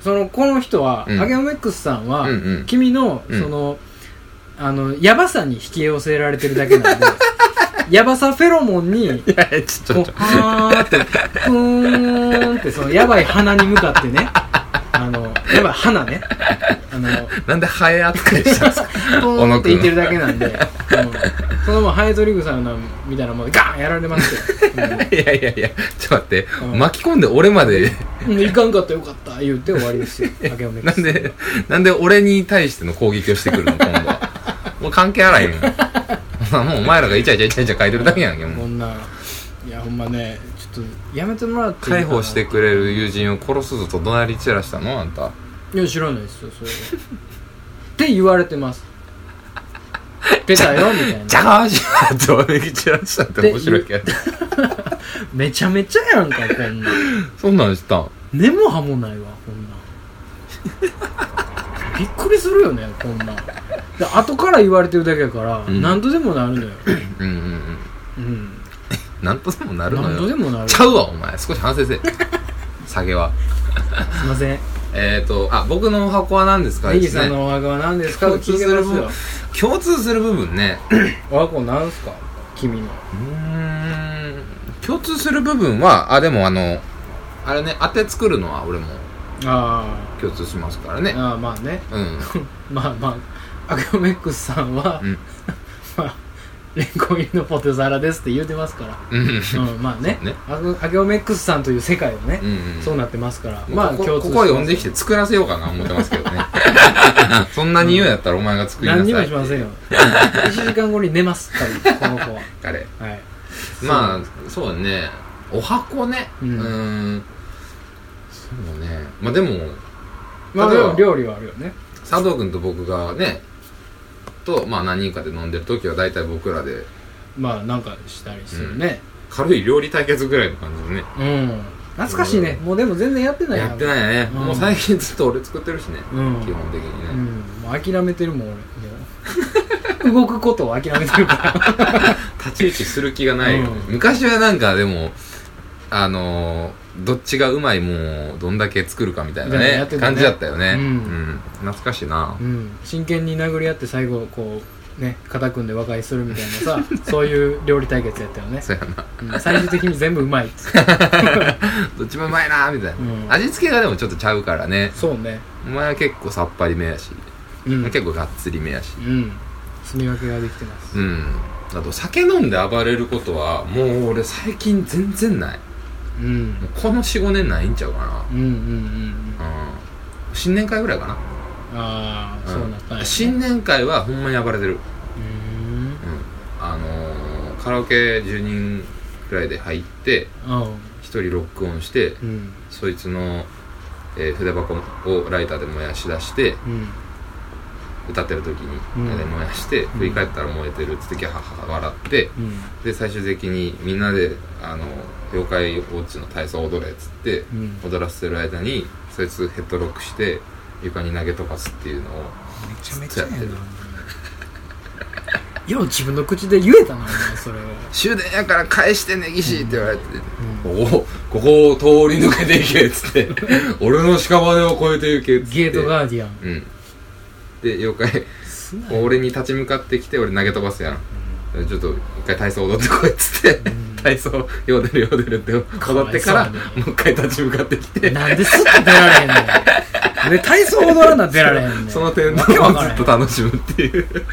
Speaker 2: そのこの人は、
Speaker 1: うん
Speaker 2: アゲオメックスさんは、
Speaker 1: うんう
Speaker 2: *laughs*
Speaker 1: ん
Speaker 2: 君の
Speaker 1: うん
Speaker 2: その、あのヤバさに引き寄せられてるだけなんで *laughs* ヤバさフェロモンに
Speaker 1: いや、ちょ
Speaker 2: こうあーってふーんってそのヤバい鼻に向かってねあのやばい鼻ねあの
Speaker 1: なんでハエ扱いしたんですか *laughs*
Speaker 2: ポ
Speaker 1: 小
Speaker 2: ーン
Speaker 1: 野
Speaker 2: って言
Speaker 1: 君
Speaker 2: ってるだけなんで、うんそのままハエトリグさんのみたいなもんでガーンやられま
Speaker 1: *laughs*
Speaker 2: すよ、うん
Speaker 1: いやいやいや、ちょっと待って、
Speaker 2: うん
Speaker 1: 巻き込んで俺まで、
Speaker 2: うん、いかんかったよかった言うて終わりですよアゲオメッ
Speaker 1: な
Speaker 2: クス
Speaker 1: んで、なんで俺に対しての攻撃をしてくるの、今度は。俺関係あらへんがんもうお前らがイチャイチャイチャイチャ書いてるだけやんけも
Speaker 2: こ
Speaker 1: うん
Speaker 2: なんいやほんまねちょっとやめてもらっていいかな
Speaker 1: 介抱してくれる友人を殺すぞと怒鳴り散らしたのあんた
Speaker 2: いや知らないですよそれはって言われてますペタよみたいな
Speaker 1: *laughs* じゃがわしはと怒鳴り散らしたって面白いけど
Speaker 2: めちゃめちゃやんかこんなん
Speaker 1: そんなんしたん
Speaker 2: 根も葉もないわこんなんびっくりするよねこんなんで後から言われてるだけやから、
Speaker 1: ん
Speaker 2: 何度でもなるの
Speaker 1: *clears throat*
Speaker 2: よ、
Speaker 1: うんうんうん
Speaker 2: うん、
Speaker 1: なんとでもなるの
Speaker 2: 何度で
Speaker 1: よ
Speaker 2: もなる
Speaker 1: ちゃうわお前少し反省せえ下げは
Speaker 2: すいません
Speaker 1: えっ、ー、とあ僕のお箱は何ですか
Speaker 2: ネギさんのお墓は何ですか
Speaker 1: 共
Speaker 2: 聞
Speaker 1: 通
Speaker 2: い
Speaker 1: す
Speaker 2: て
Speaker 1: る
Speaker 2: ま
Speaker 1: 部
Speaker 2: す
Speaker 1: 分
Speaker 2: よ
Speaker 1: *laughs* 共通する部分ね
Speaker 2: お箱なんすか君
Speaker 1: う
Speaker 2: の
Speaker 1: ーん共通する部分はあでもあのあれね当て作るのは俺も
Speaker 2: あ
Speaker 1: 共通しますから
Speaker 2: ー
Speaker 1: ね
Speaker 2: あーまあね
Speaker 1: うん
Speaker 2: まあまあアクロメックスさんは、
Speaker 1: うん
Speaker 2: *laughs* まあレンコン入りのポテサラですって言うてますから *laughs*
Speaker 1: うん
Speaker 2: うんまあね
Speaker 1: そうね
Speaker 2: アクアクロメックスさんという世界をね、
Speaker 1: うん
Speaker 2: そう
Speaker 1: な
Speaker 2: なってますから
Speaker 1: ま
Speaker 2: ま
Speaker 1: あ
Speaker 2: あ
Speaker 1: こ
Speaker 2: 共
Speaker 1: こ
Speaker 2: 通
Speaker 1: こは呼んでき
Speaker 2: して
Speaker 1: て作らせようかな思ってますけど
Speaker 2: *laughs*
Speaker 1: ねそんなに言うんやったらお前が作りなさい
Speaker 2: 何にもしませんよ1時間後に寝ます多
Speaker 1: *laughs*
Speaker 2: 分この子は
Speaker 1: 誰
Speaker 2: はい
Speaker 1: まあそうだねお箱ねう
Speaker 2: うん
Speaker 1: ーんそうねまあでも
Speaker 2: まあ
Speaker 1: 例え
Speaker 2: で
Speaker 1: ば
Speaker 2: も料理はあるよね
Speaker 1: 佐藤君と僕がねとまあ何人かで飲んでる時は大体僕らで
Speaker 2: まあなんかしたりするね
Speaker 1: 軽い料理対決ぐらいの感じでね
Speaker 2: うん、懐かしいね、もうでも全然やってない
Speaker 1: やってないね、
Speaker 2: うん
Speaker 1: もう最近ずっと俺作ってるしね、
Speaker 2: うん
Speaker 1: 基本的にね、
Speaker 2: うんもう諦めてるもん
Speaker 1: *laughs*
Speaker 2: 俺もう動くことを諦めてるから
Speaker 1: 立ち打ちする気がないよね、
Speaker 2: う
Speaker 1: 昔はなんかでもあのーどっちがうまいもうどんだけ作るかみたいな
Speaker 2: みた
Speaker 1: ね
Speaker 2: いなのやってたね
Speaker 1: 感じだったよね、
Speaker 2: うん
Speaker 1: うん懐かしいな
Speaker 2: うん、真剣に殴り合って最後こうね肩組んで和解するみたい
Speaker 1: *laughs*
Speaker 2: なさそういう料理対決やったよね、
Speaker 1: そうやな
Speaker 2: うん最終的に全部うまいっつって
Speaker 1: どっちもうまいなみたいな、
Speaker 2: うん
Speaker 1: 味付けがでもちょっとちゃうからね
Speaker 2: そうね
Speaker 1: お前は結構さっぱりめやし、
Speaker 2: うん
Speaker 1: 結構がっつりめやし
Speaker 2: うん住み分けができてます
Speaker 1: うんあと酒飲んで暴れることはもう俺最近全然ない
Speaker 2: うん
Speaker 1: もうこの45年ないんちゃうかな
Speaker 2: うんうんうん
Speaker 1: う
Speaker 2: うん
Speaker 1: ん新年会ぐらいかな、
Speaker 2: ああ、
Speaker 1: ん
Speaker 2: そうなったんやね
Speaker 1: 新年会はほんまに暴れてる、
Speaker 2: うーん
Speaker 1: うん、あのー、カラオケ10人くらいで入って
Speaker 2: あ
Speaker 1: 1人ロックオンして
Speaker 2: ーうん
Speaker 1: そいつの、えー筆箱をライターで燃やし出して
Speaker 2: うん
Speaker 1: 歌ってる時に、
Speaker 2: うん
Speaker 1: で燃やして振り返ったら燃えてるっつってギャハハハ笑って
Speaker 2: うん
Speaker 1: で最終的にみんなであの妖怪ウォッチの体操踊れっつって、
Speaker 2: うん
Speaker 1: 踊らせてる間にそいつヘッドロックして床に投げ飛ばすっていうのを
Speaker 2: めちゃめ
Speaker 1: め
Speaker 2: ち
Speaker 1: ち
Speaker 2: ゃ
Speaker 1: ゃ
Speaker 2: や
Speaker 1: や
Speaker 2: な
Speaker 1: な *laughs*
Speaker 2: よう自分の口で言えたなお前それを
Speaker 1: 終電やから返して根岸って言われて、おおここを通り抜けていけっつって
Speaker 2: *laughs*
Speaker 1: 俺の屍を越えていけっつって
Speaker 2: ゲートガーディアン
Speaker 1: うんで妖怪
Speaker 2: すな
Speaker 1: 俺に立ち向かってきて俺投げ飛ばすやんちょっと一回体操踊ってこいっつって、体操よう出るよう出るって踊ってから
Speaker 2: かわい
Speaker 1: も
Speaker 2: そ
Speaker 1: う
Speaker 2: う
Speaker 1: 一回立ち向かってきて
Speaker 2: なんですって出られへんねん俺体操踊らな出られへんねん
Speaker 1: *laughs* その点をず
Speaker 2: わけわからへん
Speaker 1: っと楽しむっていう
Speaker 2: ほ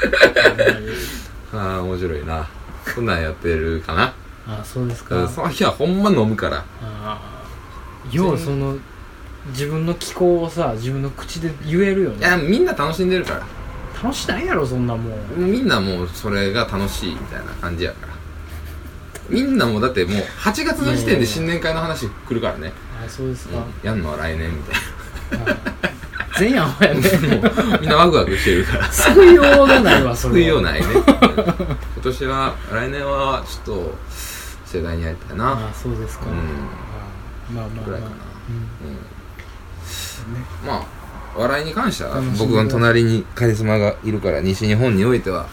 Speaker 2: んまに
Speaker 1: *laughs* ああ面白いなそんなんやってるかな
Speaker 2: あそうです
Speaker 1: う
Speaker 2: か
Speaker 1: んその日はほんま飲むから
Speaker 2: ああようその自分の気候をさ自分の口で言えるよ
Speaker 1: い
Speaker 2: ね
Speaker 1: やみんな楽しんでるから
Speaker 2: 楽しないやろそんなもん
Speaker 1: みんなもうそれが楽しいみたいな感じやからみんなもうだってもう8月の時点で新年会の話来るからね、
Speaker 2: あそうです
Speaker 1: う
Speaker 2: か
Speaker 1: んやんのは来年みたい
Speaker 2: 全やんほやね
Speaker 1: なみんなワクワクしてる *laughs* から
Speaker 2: 救いようがないわそれ
Speaker 1: そういうよう
Speaker 2: な
Speaker 1: ないね今年は来年はちょっと世代に会いたいな
Speaker 2: あそうです
Speaker 1: う
Speaker 2: か
Speaker 1: ん、
Speaker 2: あまあまあ
Speaker 1: ぐらいかなう
Speaker 2: まあうん
Speaker 1: ん
Speaker 2: ね
Speaker 1: まあ笑いに関しては
Speaker 2: 楽しんで
Speaker 1: 僕の隣にカリスマがいるから西日本においては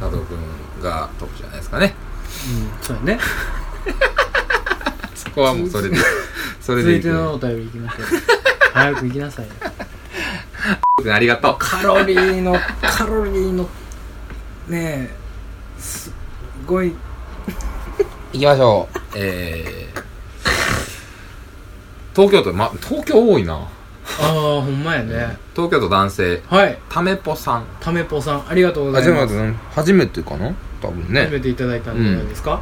Speaker 1: 佐藤君がトップじゃないですかね
Speaker 2: うんそうやね
Speaker 1: そこはもうそれ
Speaker 2: *laughs*
Speaker 1: でそれ
Speaker 2: 続
Speaker 1: で
Speaker 2: い
Speaker 1: い
Speaker 2: て
Speaker 1: く
Speaker 2: のお便りいきましょう
Speaker 1: *laughs*
Speaker 2: 早く行きなさいよ
Speaker 1: ありがとう
Speaker 2: カロリーのカロリーのねえすごい
Speaker 1: 行きましょう。えー、東京都、ま、東京多いな。
Speaker 2: ああほんまやね
Speaker 1: 東京都男性、
Speaker 2: はい
Speaker 1: ためぽさん。
Speaker 2: ためぽさんありがとうござい
Speaker 1: 初め
Speaker 2: ます
Speaker 1: て、初めてかな多分ね。
Speaker 2: 初めていただいたんじゃないですか、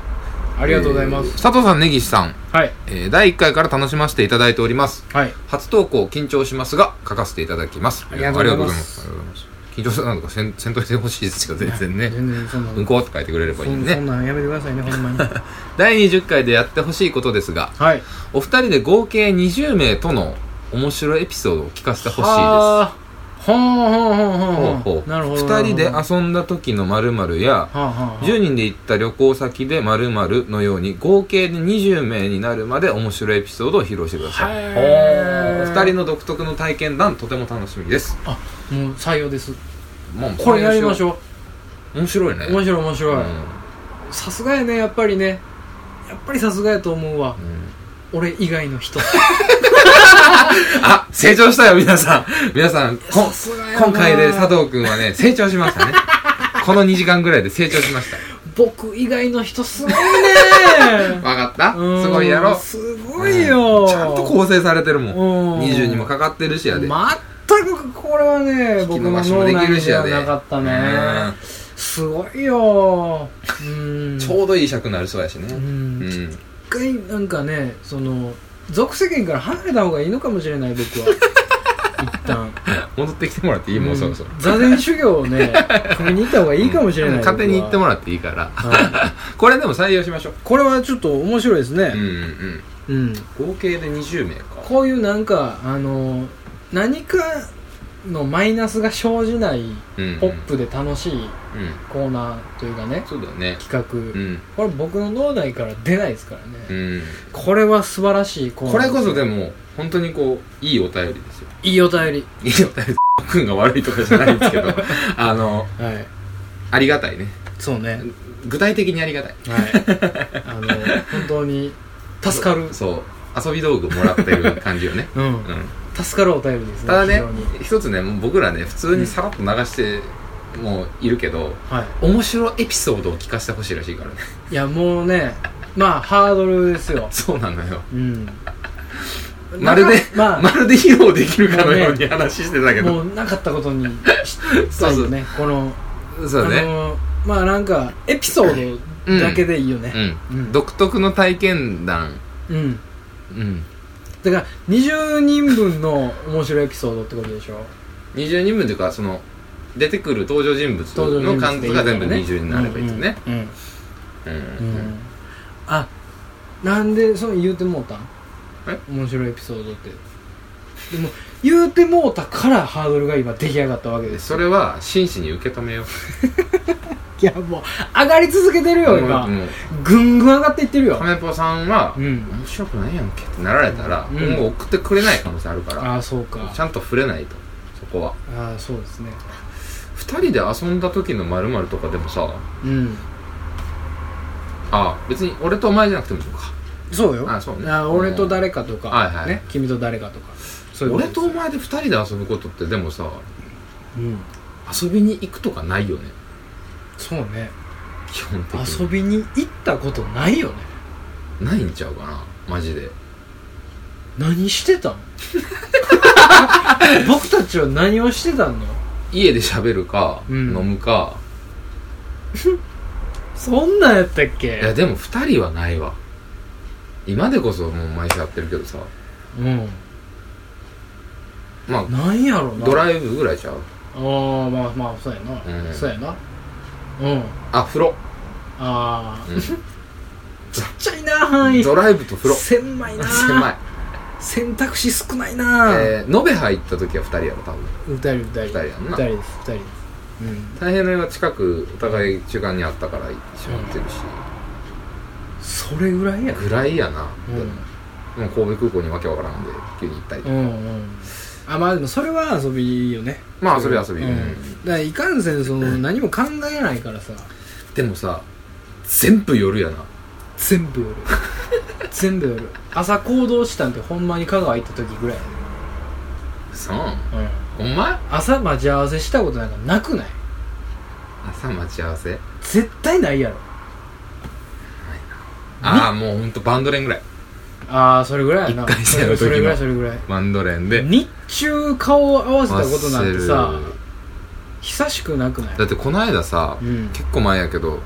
Speaker 2: ありがとうございます
Speaker 1: えー、佐藤さん、根岸さん、
Speaker 2: はい
Speaker 1: えー、第1回から楽しませていただいております。
Speaker 2: はい
Speaker 1: 初投稿緊張しますが、書かせていただきます。
Speaker 2: ありがとうございます
Speaker 1: ありがとうございます。緊張するなんとかせん *laughs* せんといてほしいですよ全然ね
Speaker 2: 全然そんな
Speaker 1: うんこって書いてくれればいい
Speaker 2: そん
Speaker 1: ん
Speaker 2: そ
Speaker 1: で
Speaker 2: ん
Speaker 1: ね
Speaker 2: なんやめてくださいねほんま
Speaker 1: *laughs*
Speaker 2: には
Speaker 1: 第20回でやってほしいことですが
Speaker 2: い
Speaker 1: お二人で合計20名との面白いエピソードを聞かせてほしいです
Speaker 2: はあほんほんほんほ
Speaker 1: ほうんほう
Speaker 2: なるほど
Speaker 1: 2人で
Speaker 2: は
Speaker 1: 遊んだ時の〇〇や
Speaker 2: あはあはあ
Speaker 1: 10人で行った旅行先で〇〇のように合計で20名になるまで面白いエピソードを披露してください
Speaker 2: へ
Speaker 1: ほ
Speaker 2: ー
Speaker 1: うお二人の独特の体験談とても楽しみです
Speaker 2: あもう採用です
Speaker 1: もう
Speaker 2: これやりまし
Speaker 1: ょ
Speaker 2: ょ
Speaker 1: う面白いね
Speaker 2: う面白い面
Speaker 1: う
Speaker 2: 白いさすがやねやっぱりねやっぱりさすがやと思うわ
Speaker 1: んうん
Speaker 2: 俺以外の
Speaker 1: *laughs*
Speaker 2: 人
Speaker 1: あ成長したよ皆さん皆さんこ
Speaker 2: さすがやな
Speaker 1: 今回で佐藤君はね成長しました
Speaker 2: *laughs*
Speaker 1: ねこの2時間ぐらいで成長しました
Speaker 2: 僕以外の人すごいね
Speaker 1: わかった
Speaker 2: う
Speaker 1: *laughs*
Speaker 2: ん
Speaker 1: すごいやろ
Speaker 2: すごいよ、
Speaker 1: うんちゃんと構成されてるも
Speaker 2: うん
Speaker 1: ん20にもかかってるしやで、
Speaker 2: 全くこれはね
Speaker 1: き
Speaker 2: 僕の
Speaker 1: 伸ばし
Speaker 2: 脳
Speaker 1: もでき
Speaker 2: 内
Speaker 1: るし
Speaker 2: で
Speaker 1: や
Speaker 2: は
Speaker 1: で
Speaker 2: なかったねすごいようん
Speaker 1: ちょうどいい尺になりそうやしね
Speaker 2: う
Speaker 1: うん
Speaker 2: 一
Speaker 1: ん
Speaker 2: 回なんかねその俗世間から離れた方がいいのかもしれない僕
Speaker 1: *laughs*
Speaker 2: は一旦
Speaker 1: 戻ってきてもらっていいもうそろそろ
Speaker 2: ん座禅修行をね組みに行った方がいいかもしれない、
Speaker 1: 勝手に行って
Speaker 2: も
Speaker 1: もらっていいから
Speaker 2: はい
Speaker 1: これでも採用しましょう
Speaker 2: これはちょっと面白いです
Speaker 1: うん
Speaker 2: ね、うん
Speaker 1: うん合計で20名か
Speaker 2: こういうなんかあの何かのマイナスが生じない
Speaker 1: うん
Speaker 2: ポップで楽しい
Speaker 1: うん
Speaker 2: コーナーというかね
Speaker 1: そうだね
Speaker 2: 企画、
Speaker 1: うん
Speaker 2: これ僕の脳内から出ないですからね、
Speaker 1: うん
Speaker 2: これは素晴らしいコーナー
Speaker 1: これこそでも本当にこういいお便りですよ
Speaker 2: いいお便り
Speaker 1: いいお便り君が悪いとかじゃないんですけ
Speaker 2: *laughs*
Speaker 1: どあの
Speaker 2: はい
Speaker 1: ありがたいね
Speaker 2: そうね
Speaker 1: 具体的にありがたい
Speaker 2: はい *laughs* あの本当に助かる
Speaker 1: そう遊び道具もらってる感じよね
Speaker 2: *laughs* う
Speaker 1: うんん
Speaker 2: 助かるお便りですね
Speaker 1: ただ
Speaker 2: 非
Speaker 1: ね
Speaker 2: 常に
Speaker 1: 一つねもう僕らね普通にさらっと流してもういるけど、
Speaker 2: は
Speaker 1: 面白エピソードを聞かせてほしいらしいからね *laughs*
Speaker 2: いいやもうねまあハードルですよ
Speaker 1: そうなのよ
Speaker 2: うん
Speaker 1: まるで、
Speaker 2: まあ
Speaker 1: まるで披露できるかのように話してたけど、
Speaker 2: もうなかったことにしたいよねこの
Speaker 1: そう
Speaker 2: あ
Speaker 1: ね
Speaker 2: のまあなんかエピソードだけでいいよね
Speaker 1: うん、
Speaker 2: うん
Speaker 1: 独特の体験談
Speaker 2: うん
Speaker 1: うん
Speaker 2: だから20人分の面白いエピソードってことでしょ
Speaker 1: 20人分というかその出てくる登場人物
Speaker 2: 登場
Speaker 1: の
Speaker 2: 人
Speaker 1: 関
Speaker 2: 物
Speaker 1: 数
Speaker 2: で言
Speaker 1: が全
Speaker 2: うと
Speaker 1: 部
Speaker 2: ね
Speaker 1: 20になればいいですね
Speaker 2: うんうん
Speaker 1: うん
Speaker 2: うんあなんでそう言うてもうたん
Speaker 1: え
Speaker 2: 面白いエピソードってでも言うてもうたからハードルが今出来上がったわけ
Speaker 1: で
Speaker 2: です
Speaker 1: それは真摯に受け止めよ
Speaker 2: いやもう上がり続けてる
Speaker 1: う
Speaker 2: よ
Speaker 1: もう
Speaker 2: 今
Speaker 1: もう
Speaker 2: ぐんぐん上がっていってるよ
Speaker 1: 亀ぽさんは、
Speaker 2: うん
Speaker 1: 面白くないやんけってなられたら、
Speaker 2: うん
Speaker 1: 今後送ってくれない可能性あるから
Speaker 2: ああそうか
Speaker 1: ちゃんと触れないとそこは
Speaker 2: ああそうですね
Speaker 1: 2人で遊んだ時の〇〇とかでもさ
Speaker 2: うん
Speaker 1: あ別に俺とお前じゃなくてもいいのか
Speaker 2: そうよ
Speaker 1: あそうね
Speaker 2: あ俺と誰かとか、
Speaker 1: はいはい
Speaker 2: ね、君と誰かとかそういうこ
Speaker 1: 俺
Speaker 2: です
Speaker 1: とお前で2人で遊ぶことってでもさ
Speaker 2: うん
Speaker 1: 遊びに行くとかないよね
Speaker 2: そうね
Speaker 1: 基本的
Speaker 2: 遊
Speaker 1: に
Speaker 2: びに行ったことないよね
Speaker 1: ないんちゃうかなマジで
Speaker 2: 何して
Speaker 1: *laughs*
Speaker 2: たん僕たちは何をしてたの
Speaker 1: 家で喋るか、
Speaker 2: うん
Speaker 1: 飲むか
Speaker 2: そんなんやったっ
Speaker 1: いや
Speaker 2: け
Speaker 1: でも2人はないわ今でこそもう毎週やってるけどさ
Speaker 2: うん
Speaker 1: まあ
Speaker 2: なんやろな
Speaker 1: ド
Speaker 2: イ
Speaker 1: ライブぐらいちゃう
Speaker 2: ああまあまあそうやな、
Speaker 1: うん
Speaker 2: そうやなうん
Speaker 1: あ風呂、
Speaker 2: ああ *laughs*
Speaker 1: うん
Speaker 2: ちっちゃいな範囲
Speaker 1: ドライブと風呂
Speaker 2: 狭いな
Speaker 1: 狭い
Speaker 2: 選択肢少ないな
Speaker 1: えー延べ入った時は2人やろ多分
Speaker 2: 二人二人二
Speaker 1: 人やんな
Speaker 2: 人です二人ですうん
Speaker 1: 大変なのが近くお互い中間にあったから一緒に行ってるし、
Speaker 2: それぐらいや
Speaker 1: ぐらいやな、
Speaker 2: う
Speaker 1: でも神戸空港にわけわからんで急に行ったりと
Speaker 2: ん
Speaker 1: か、
Speaker 2: うんうんあまあでもそれは遊びよね
Speaker 1: まあ遊び遊び、
Speaker 2: う
Speaker 1: うんん
Speaker 2: だからいかんせんその何も考えないからさ
Speaker 1: でもさ全部夜やな
Speaker 2: 全部
Speaker 1: *laughs*
Speaker 2: 夜全部夜朝行動したんってほんまに香川行った時ぐらいやね
Speaker 1: さあ
Speaker 2: うん
Speaker 1: お前
Speaker 2: 朝待ち合わせしたことなんかなくない
Speaker 1: 朝待ち合わせない
Speaker 2: 絶対ないやろ
Speaker 1: なああもうほんとバンド連ぐらい
Speaker 2: ああそれぐらいやな
Speaker 1: 一回戦の時の
Speaker 2: それぐらいそれぐらい
Speaker 1: バンド連で
Speaker 2: 日中顔を合わせたことなんてさ
Speaker 1: 忘れる
Speaker 2: 久しくなくない
Speaker 1: だってこの間さ、
Speaker 2: うん
Speaker 1: 結構前やけど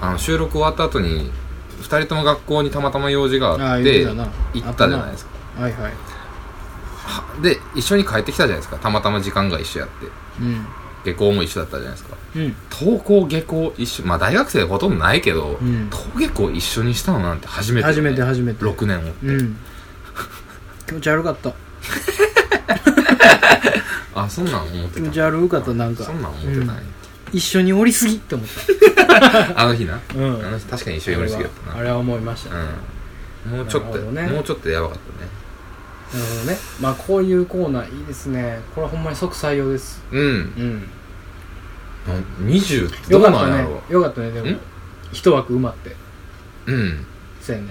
Speaker 1: あの収録終わった後に2人とも学校にたまたま用事が
Speaker 2: あ
Speaker 1: あ
Speaker 2: あ
Speaker 1: っ
Speaker 2: 言う
Speaker 1: て
Speaker 2: てたな
Speaker 1: 行ったじゃないですか
Speaker 2: はいはい
Speaker 1: で一緒に帰ってきたじゃないですかたまたま時間が一緒やって
Speaker 2: うん
Speaker 1: 下校も一緒だったじゃないですか
Speaker 2: うん
Speaker 1: 登校下校一緒まあ大学生ほとんどないけど、
Speaker 2: うん
Speaker 1: 登下校一緒にしたのなんて初めて、
Speaker 2: 初めて初めて
Speaker 1: 6年をって、
Speaker 2: うん気持ち悪かった
Speaker 1: あそんなん思って
Speaker 2: 気
Speaker 1: た
Speaker 2: 持ち悪かったなんか
Speaker 1: そんなん思ってない、
Speaker 2: 一緒におりすぎって思っ
Speaker 1: あの日な、
Speaker 2: たうん
Speaker 1: あの日確かに一緒に寄りすぎだった
Speaker 2: あ
Speaker 1: な
Speaker 2: れは思いましたなる
Speaker 1: うんもうちょっ
Speaker 2: な
Speaker 1: と、
Speaker 2: るほどね
Speaker 1: もうちょっとやばかったね
Speaker 2: ほどねまあこういうコーナーいいですねこれはほんまに即採用です
Speaker 1: うん
Speaker 2: うん
Speaker 1: 20ってど
Speaker 2: よ
Speaker 1: う
Speaker 2: か
Speaker 1: な
Speaker 2: った
Speaker 1: んや
Speaker 2: ね
Speaker 1: ろう、
Speaker 2: よかったねでも
Speaker 1: ん
Speaker 2: 一枠埋まって
Speaker 1: うん
Speaker 2: そうやね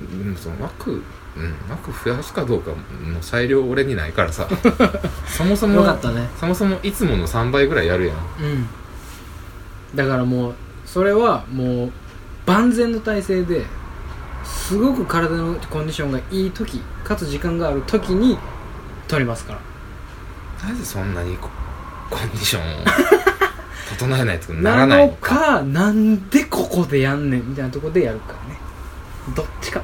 Speaker 1: うん、その枠、うん、枠増やすかどうかの裁量俺にない *laughs* からさそもそも
Speaker 2: よかったね
Speaker 1: そもそもいつもの3倍ぐらいやるやん
Speaker 2: うんだからもうそれはもう万全の体制ですごく体のコンディションがいい時かつ時間がある時に撮りますから
Speaker 1: なぜそんなにココンディション *laughs* を整えないとならないのか
Speaker 2: なのかなんでここでやんねんみたいなとこでやるからねどっちか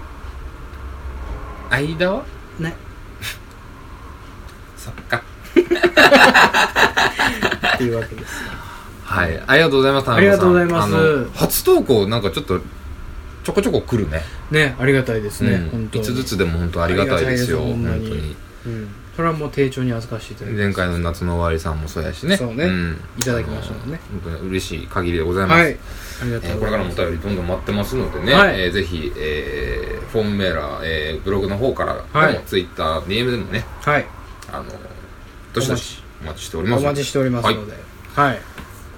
Speaker 1: 間は
Speaker 2: ね
Speaker 1: *laughs* そっか
Speaker 2: っていうわ
Speaker 1: *laughs*
Speaker 2: けです
Speaker 1: はいありがとうございます田中さん
Speaker 2: ありがとうございます
Speaker 1: あの初投稿なんかちょっとちょこちょこ来るね
Speaker 2: ねありがたいですね、
Speaker 1: うん
Speaker 2: 本当
Speaker 1: い
Speaker 2: に
Speaker 1: つずつでも本当ありがたいですよ
Speaker 2: ありがた
Speaker 1: 本
Speaker 2: いです
Speaker 1: 当に
Speaker 2: うん、それはもう丁重に扱わせていただき
Speaker 1: 前回の夏の終わりさんもそうやしね
Speaker 2: そうね
Speaker 1: ん
Speaker 2: いただきましたもんね
Speaker 1: あの本当に嬉しい限りでございます、
Speaker 2: はいありが
Speaker 1: え
Speaker 2: と
Speaker 1: ーこ
Speaker 2: うご
Speaker 1: れ
Speaker 2: ざ
Speaker 1: からも
Speaker 2: い
Speaker 1: お
Speaker 2: ます、
Speaker 1: 便りどんどん待ってますのでね、
Speaker 2: はい
Speaker 1: えーぜひ、えーフォームメーラー、えーブログの方からでも、
Speaker 2: はい
Speaker 1: ツイッター DM でもね
Speaker 2: はい
Speaker 1: あのどしどしお待ちしております
Speaker 2: お待ちしておりますのではい
Speaker 1: こ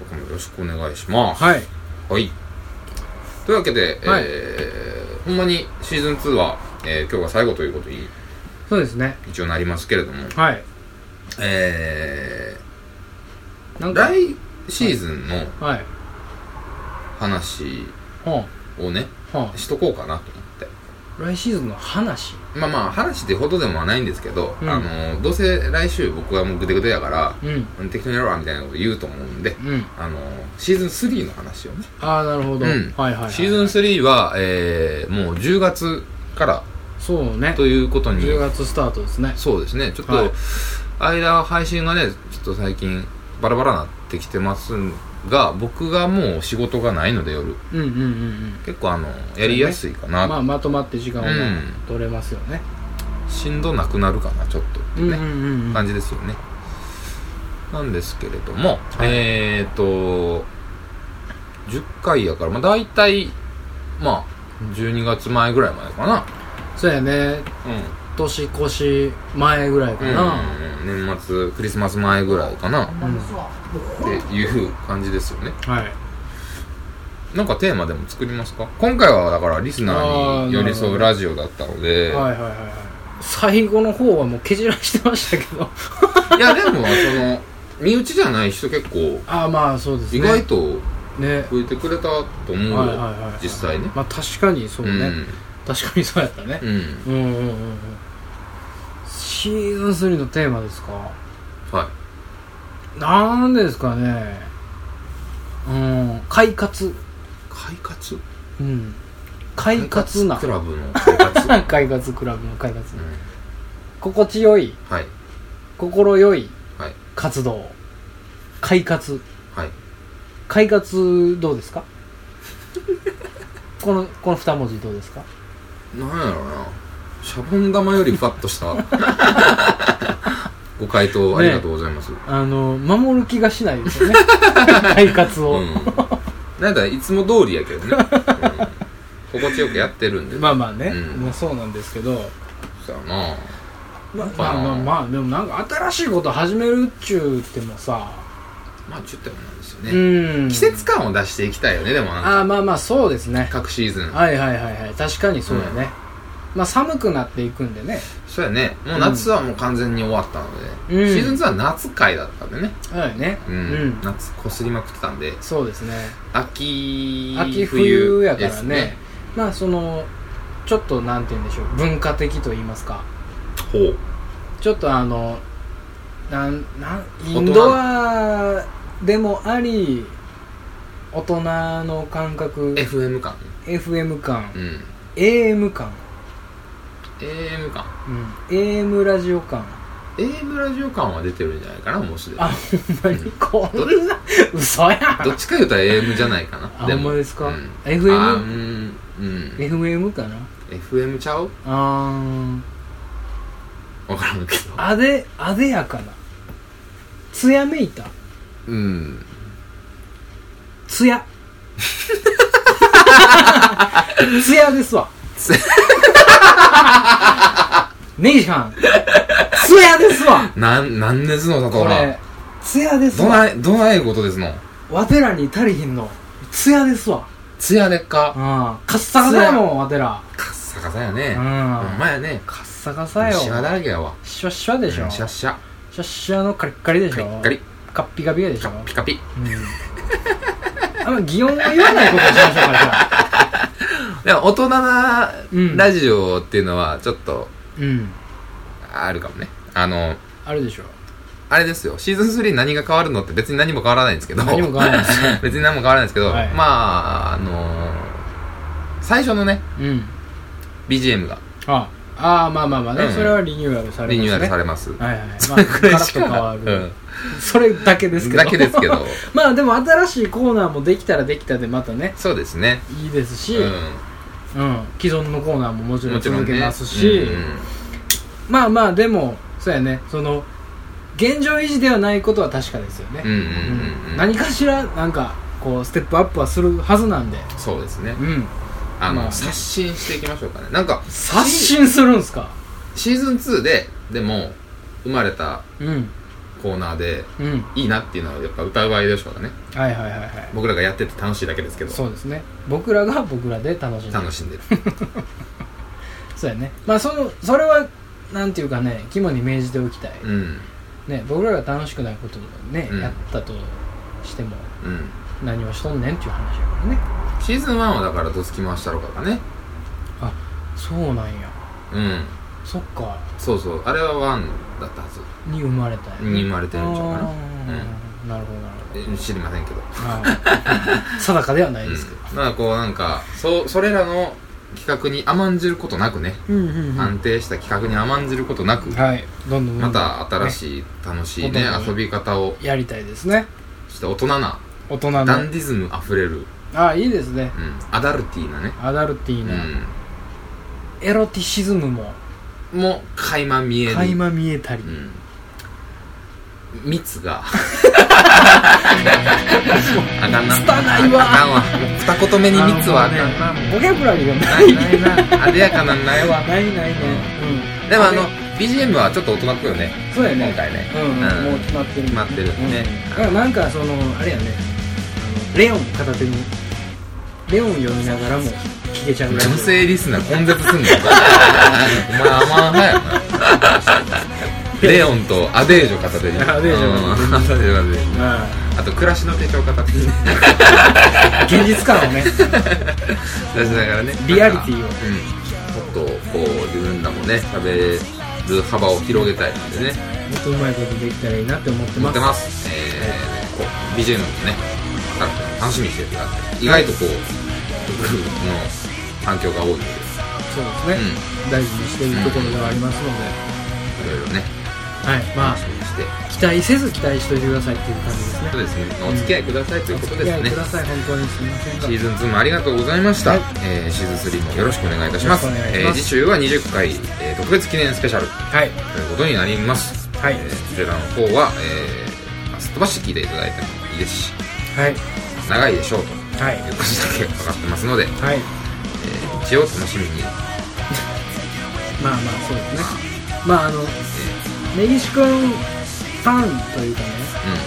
Speaker 1: こもよろしくお願いします
Speaker 2: はい
Speaker 1: はい、というわけで、
Speaker 2: はい
Speaker 1: えーほんまにシーズン2は、えー今日が最後ということに
Speaker 2: そうですね
Speaker 1: 一応なりますけれども
Speaker 2: はい
Speaker 1: え
Speaker 2: な
Speaker 1: ー
Speaker 2: んか
Speaker 1: 来シーズンの
Speaker 2: はい
Speaker 1: 話
Speaker 2: ほん
Speaker 1: をね
Speaker 2: ほん
Speaker 1: しとこうかなと思って
Speaker 2: 来シーズンの話
Speaker 1: まあまあ話ってほどでもはないんですけど、
Speaker 2: うん
Speaker 1: あのどうせ来週僕はもうグデグデやから、
Speaker 2: うん
Speaker 1: うん、適当にやろうわみたいなこと言うと思うんで、
Speaker 2: うん
Speaker 1: あのシーズン3の話をね、
Speaker 2: ああなるほど、
Speaker 1: うん
Speaker 2: はいはい、はい、
Speaker 1: シーズン3は、えー、もう10月から
Speaker 2: そうね
Speaker 1: ということに
Speaker 2: 10月スタートですね
Speaker 1: そうですねちょっと、
Speaker 2: はい
Speaker 1: 間配信がねちょっと最近バラバラになってきてますが僕がもう仕事がないので夜
Speaker 2: うんうんうんうん
Speaker 1: 結構あのやりやすいかな、
Speaker 2: まあまとまって時間をね
Speaker 1: うん
Speaker 2: 取れますよね
Speaker 1: しんどなくなるかなちょっとって
Speaker 2: うん
Speaker 1: ね、
Speaker 2: うんうんうん
Speaker 1: 感じですよね。なんですけれども、
Speaker 2: い
Speaker 1: えっ、と、10回やから、まあ大体、まあ、12月前ぐらいまでかな。
Speaker 2: そうやね年越し前ぐらいか
Speaker 1: うん。
Speaker 2: な、
Speaker 1: うん、年末、クリスマス前ぐらいかな。っ
Speaker 2: うん
Speaker 1: ていう感じですよね。
Speaker 2: はい
Speaker 1: なんかテーマでも作りますか今回はだからリスナーに寄り添うラジオだったので、
Speaker 2: はいはいはいはい最後の方はもう蹴散らしてましたけど
Speaker 1: いやでも、その、身内じゃない人結構、
Speaker 2: *laughs* ああまあそうですね
Speaker 1: 意外と
Speaker 2: ね
Speaker 1: 増えてくれたと思うよ、
Speaker 2: はいはいはい
Speaker 1: 実際ね。
Speaker 2: まあ確かにそうね、確かにそうやったね
Speaker 1: うん。うん
Speaker 2: うんうんうんうんシーズン3のテーマですか
Speaker 1: はい。
Speaker 2: なんですかねうん快活
Speaker 1: 快活
Speaker 2: うん快活な
Speaker 1: クラブの快
Speaker 2: *laughs*
Speaker 1: 活。うん
Speaker 2: 快活クラブの快活心地よい
Speaker 1: はい。
Speaker 2: 心よい
Speaker 1: はい。
Speaker 2: 活動快活
Speaker 1: はい。
Speaker 2: 快活どうですかこのこの二文字どうですか
Speaker 1: なんやろな。シャボン玉よりふわっと
Speaker 2: *laughs*
Speaker 1: した。ご回答ありがとうございます。
Speaker 2: あの守る気がしないですよね快活を、
Speaker 1: うん。なんだ、いつも通りやけどね。うん心地よくやってるんで。
Speaker 2: まあまあね、
Speaker 1: うん
Speaker 2: まあそうなんですけど
Speaker 1: そうやな。
Speaker 2: ま
Speaker 1: ま
Speaker 2: あま
Speaker 1: あ
Speaker 2: あまあまあでもなんか新しいこと始めるっちゅうてもさ
Speaker 1: まあ、ちょっとなんですよ
Speaker 2: う
Speaker 1: ね。
Speaker 2: ん
Speaker 1: 季節感を出していきたいよね、でもなんか
Speaker 2: ああまあまあそうですね
Speaker 1: 各シーズン。
Speaker 2: はいはいはいはい確かにそうだね、まあ寒くなっていくんでね
Speaker 1: そうやね。もう夏はもう完全に終わったので。
Speaker 2: うん
Speaker 1: シーズン2は夏会だったんでね。
Speaker 2: はいね
Speaker 1: う
Speaker 2: うんん、
Speaker 1: 夏こすりまくってたんで。
Speaker 2: そうですね
Speaker 1: 秋
Speaker 2: 秋冬やか
Speaker 1: で
Speaker 2: ら
Speaker 1: す
Speaker 2: ねまあそのちょっとなんて言うんでしょう文化的と言いますか
Speaker 1: ほう
Speaker 2: ちょっとあのなんなんインドアでもあり大人の感覚
Speaker 1: FM 感
Speaker 2: FM 感
Speaker 1: うん
Speaker 2: AM 感、
Speaker 1: AM 感
Speaker 2: うん、AM ラジオ感
Speaker 1: AM ラジオ感は出てるんじゃないかなもうすでに
Speaker 2: あほんまに *laughs* こんな嘘や
Speaker 1: どっ
Speaker 2: ん
Speaker 1: ちか言うたら AM じゃないかな
Speaker 2: あほんまですか
Speaker 1: うん
Speaker 2: FM
Speaker 1: あうん、うん、
Speaker 2: FM かな
Speaker 1: FM ちゃう
Speaker 2: あ
Speaker 1: 分からんけど
Speaker 2: ーあであでやかなつやめいた
Speaker 1: うん
Speaker 2: つやつやですわ
Speaker 1: つ
Speaker 2: ネイシャンつやですわ
Speaker 1: なんなんですのだ
Speaker 2: こ
Speaker 1: から
Speaker 2: れつやです
Speaker 1: ど
Speaker 2: わ
Speaker 1: ないどないことですの
Speaker 2: わてらに足りひんのつやですわ
Speaker 1: ツヤでっ
Speaker 2: うん
Speaker 1: か
Speaker 2: カッサカサやもんわてら
Speaker 1: カッサカサや
Speaker 2: うん
Speaker 1: ねほんま
Speaker 2: カ
Speaker 1: やね
Speaker 2: ッサカサよ
Speaker 1: シワだらけやわ
Speaker 2: シュワシュワでし
Speaker 1: う
Speaker 2: ょ
Speaker 1: んシャッシャ
Speaker 2: シャッシャのカリッカリでし
Speaker 1: カリ
Speaker 2: ょ
Speaker 1: ッカリ
Speaker 2: カッピカピでし
Speaker 1: カ
Speaker 2: ょ
Speaker 1: ッピカピ
Speaker 2: うんあんま擬音は言わないことにしましょうかじゃあ
Speaker 1: でも大人な
Speaker 2: うん
Speaker 1: ラジオっていうのはちょっと
Speaker 2: うん
Speaker 1: あるかもねあの
Speaker 2: あるでしょ
Speaker 1: あれですよシーズン3何が変わるのって別に何も変わらないんですけど
Speaker 2: 何も変わらないですね
Speaker 1: *laughs* 別に何も変わらないんですけど、
Speaker 2: はい
Speaker 1: まああの最初のね
Speaker 2: うん
Speaker 1: BGM が
Speaker 2: ああーまあまあまあね、
Speaker 1: うん
Speaker 2: それはリニューアルされますね
Speaker 1: リニューアルされます
Speaker 2: はいはいはい
Speaker 1: そ *laughs*
Speaker 2: まあ
Speaker 1: れくらいし
Speaker 2: ガラ
Speaker 1: か、
Speaker 2: ッと
Speaker 1: う
Speaker 2: 変わ
Speaker 1: ん
Speaker 2: る、それだけですけど
Speaker 1: だけですけど
Speaker 2: *laughs* まあでも新しいコーナーもできたらできたでまたね
Speaker 1: そうですね
Speaker 2: いいですし、うん
Speaker 1: う
Speaker 2: 既存のコーナーももち
Speaker 1: ん
Speaker 2: ろ
Speaker 1: も
Speaker 2: ん
Speaker 1: ちろん
Speaker 2: 続
Speaker 1: ね
Speaker 2: けますし、
Speaker 1: うん
Speaker 2: まあまあでもそうやねその現状維持ではないことは確かですよね、
Speaker 1: うんうんうんうん
Speaker 2: 何かしらなんかこうステップアップはするはずなんで
Speaker 1: そうですね
Speaker 2: うん
Speaker 1: あの、
Speaker 2: まあ
Speaker 1: 刷新していきましょうかねなんか
Speaker 2: 刷新するんすか
Speaker 1: シーズン2ででも生まれた
Speaker 2: うん
Speaker 1: コーナーで
Speaker 2: うん
Speaker 1: いいなっていうのはやっぱ歌う合いでしょうからね
Speaker 2: はいはいはいはい
Speaker 1: 僕らがやってて楽しいだけですけど
Speaker 2: そうですね僕らが僕らで楽しんでる
Speaker 1: 楽しんでる *laughs*
Speaker 2: そうやねまあそのそれはなんていうかね肝に銘じておきたい、
Speaker 1: うん
Speaker 2: ね僕らが楽しくないことをね、
Speaker 1: うん
Speaker 2: やったとしても
Speaker 1: うん
Speaker 2: 何をしとんねんっていう話やからね
Speaker 1: シーズン1はだからどつき回したろかがね
Speaker 2: そうなんや
Speaker 1: うん
Speaker 2: そっか
Speaker 1: そうそうあれは1だったはず
Speaker 2: に生まれたんや
Speaker 1: に生まれてるんちゃうかな
Speaker 2: あーなるほどなるほど
Speaker 1: え知りませんけど *laughs*
Speaker 2: まあ定かではないですけど、
Speaker 1: うん、まあこうなんかそそれらの企画に甘んじることなくね、
Speaker 2: うんうん
Speaker 1: 安定した企画に甘んじることなく、
Speaker 2: はいどんどんどんどん
Speaker 1: また新しい楽しいね
Speaker 2: うん
Speaker 1: 遊び方を
Speaker 2: やりたいですね
Speaker 1: して大人な
Speaker 2: 大人の
Speaker 1: ダンディズムあふれる、
Speaker 2: ああいいですね
Speaker 1: うん、アダルティーなね、
Speaker 2: アダルティー
Speaker 1: う
Speaker 2: な、
Speaker 1: ん、
Speaker 2: エロティシズムも
Speaker 1: も垣間見える
Speaker 2: 垣間見えたり、
Speaker 1: うん、蜜
Speaker 2: *laughs*
Speaker 1: があかんな
Speaker 2: 拙いわ
Speaker 1: あかんわ二言目に蜜はあかんな
Speaker 2: ボキャブラリーがな
Speaker 1: ないいないなあでやかなんないわ
Speaker 2: ないないねうん
Speaker 1: でもあの BGM はちょっと大人っぽいよね
Speaker 2: そうやね
Speaker 1: 今回ね
Speaker 2: うん、
Speaker 1: うん
Speaker 2: もう決まってる
Speaker 1: 決まってるね
Speaker 2: うんだからなんかそのあれやねあのレオン片手にレオン読みながらも聞けちゃうぐらい
Speaker 1: 女性リスナー根絶すんのお前甘々や
Speaker 2: *laughs*
Speaker 1: なレオンとアデージョ片手に
Speaker 2: アデージョ
Speaker 1: うんアデージョ片手に
Speaker 2: ま
Speaker 1: あと暮らしの手帳片
Speaker 2: *laughs*
Speaker 1: 手に
Speaker 2: あ現実感をね *laughs*
Speaker 1: 出しながらね
Speaker 2: リアリティを
Speaker 1: なんかうん、もっとこう自分らもね喋る幅を広げたいのでね
Speaker 2: もっとうまいことできたらいいなって思って
Speaker 1: 思
Speaker 2: ま
Speaker 1: っ
Speaker 2: す
Speaker 1: てますえー、こう BGM もね楽しみにしてください意外とこう僕の反響が多いので
Speaker 2: そうですね、大事にしているところではありますので、
Speaker 1: いろいろね
Speaker 2: はいまあ
Speaker 1: 楽しみにして
Speaker 2: 期待せず期待しといてくださいっていう感じですね
Speaker 1: そうですねお付き合いくださいということです
Speaker 2: お付き合い
Speaker 1: ね
Speaker 2: ください本当にすみませんが
Speaker 1: シーズン2もありがとうございました、
Speaker 2: はい
Speaker 1: えーシーズン3もよろしくお願いいたします
Speaker 2: よろしくお願い
Speaker 1: え
Speaker 2: し
Speaker 1: ー
Speaker 2: ます
Speaker 1: 次週は20回、えー特別記念スペシャル
Speaker 2: はい
Speaker 1: ということになります、
Speaker 2: はい
Speaker 1: えーこちらの方は、えーまあすっ飛ばして聞いていただいてもいいですし
Speaker 2: はい
Speaker 1: 長いでしょうという
Speaker 2: はい
Speaker 1: ことだけ分かってますので、
Speaker 2: は
Speaker 1: え
Speaker 2: い
Speaker 1: ー一応楽しみに、
Speaker 2: まあまあそうですねまああの根岸くんファンというかね、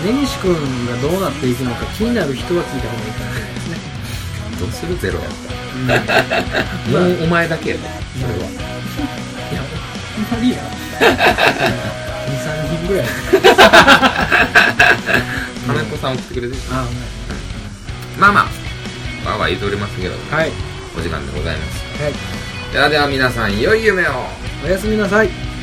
Speaker 2: 根岸くんがどうなっていくのか気になる人は聞いた方がいいかもしれないで
Speaker 1: どうするゼ
Speaker 2: すね
Speaker 1: ロやった
Speaker 2: うんい
Speaker 1: ら
Speaker 2: や
Speaker 1: *laughs* もうお前だけやでそれは
Speaker 2: あん
Speaker 1: *laughs*
Speaker 2: まりや23人ぐらい
Speaker 1: 金子さん送ってくれてる
Speaker 2: あ
Speaker 1: まあまあわーわー言うておりますけど
Speaker 2: はいはい
Speaker 1: お時間でございますではでは皆さん良い夢を
Speaker 2: おやすみなさい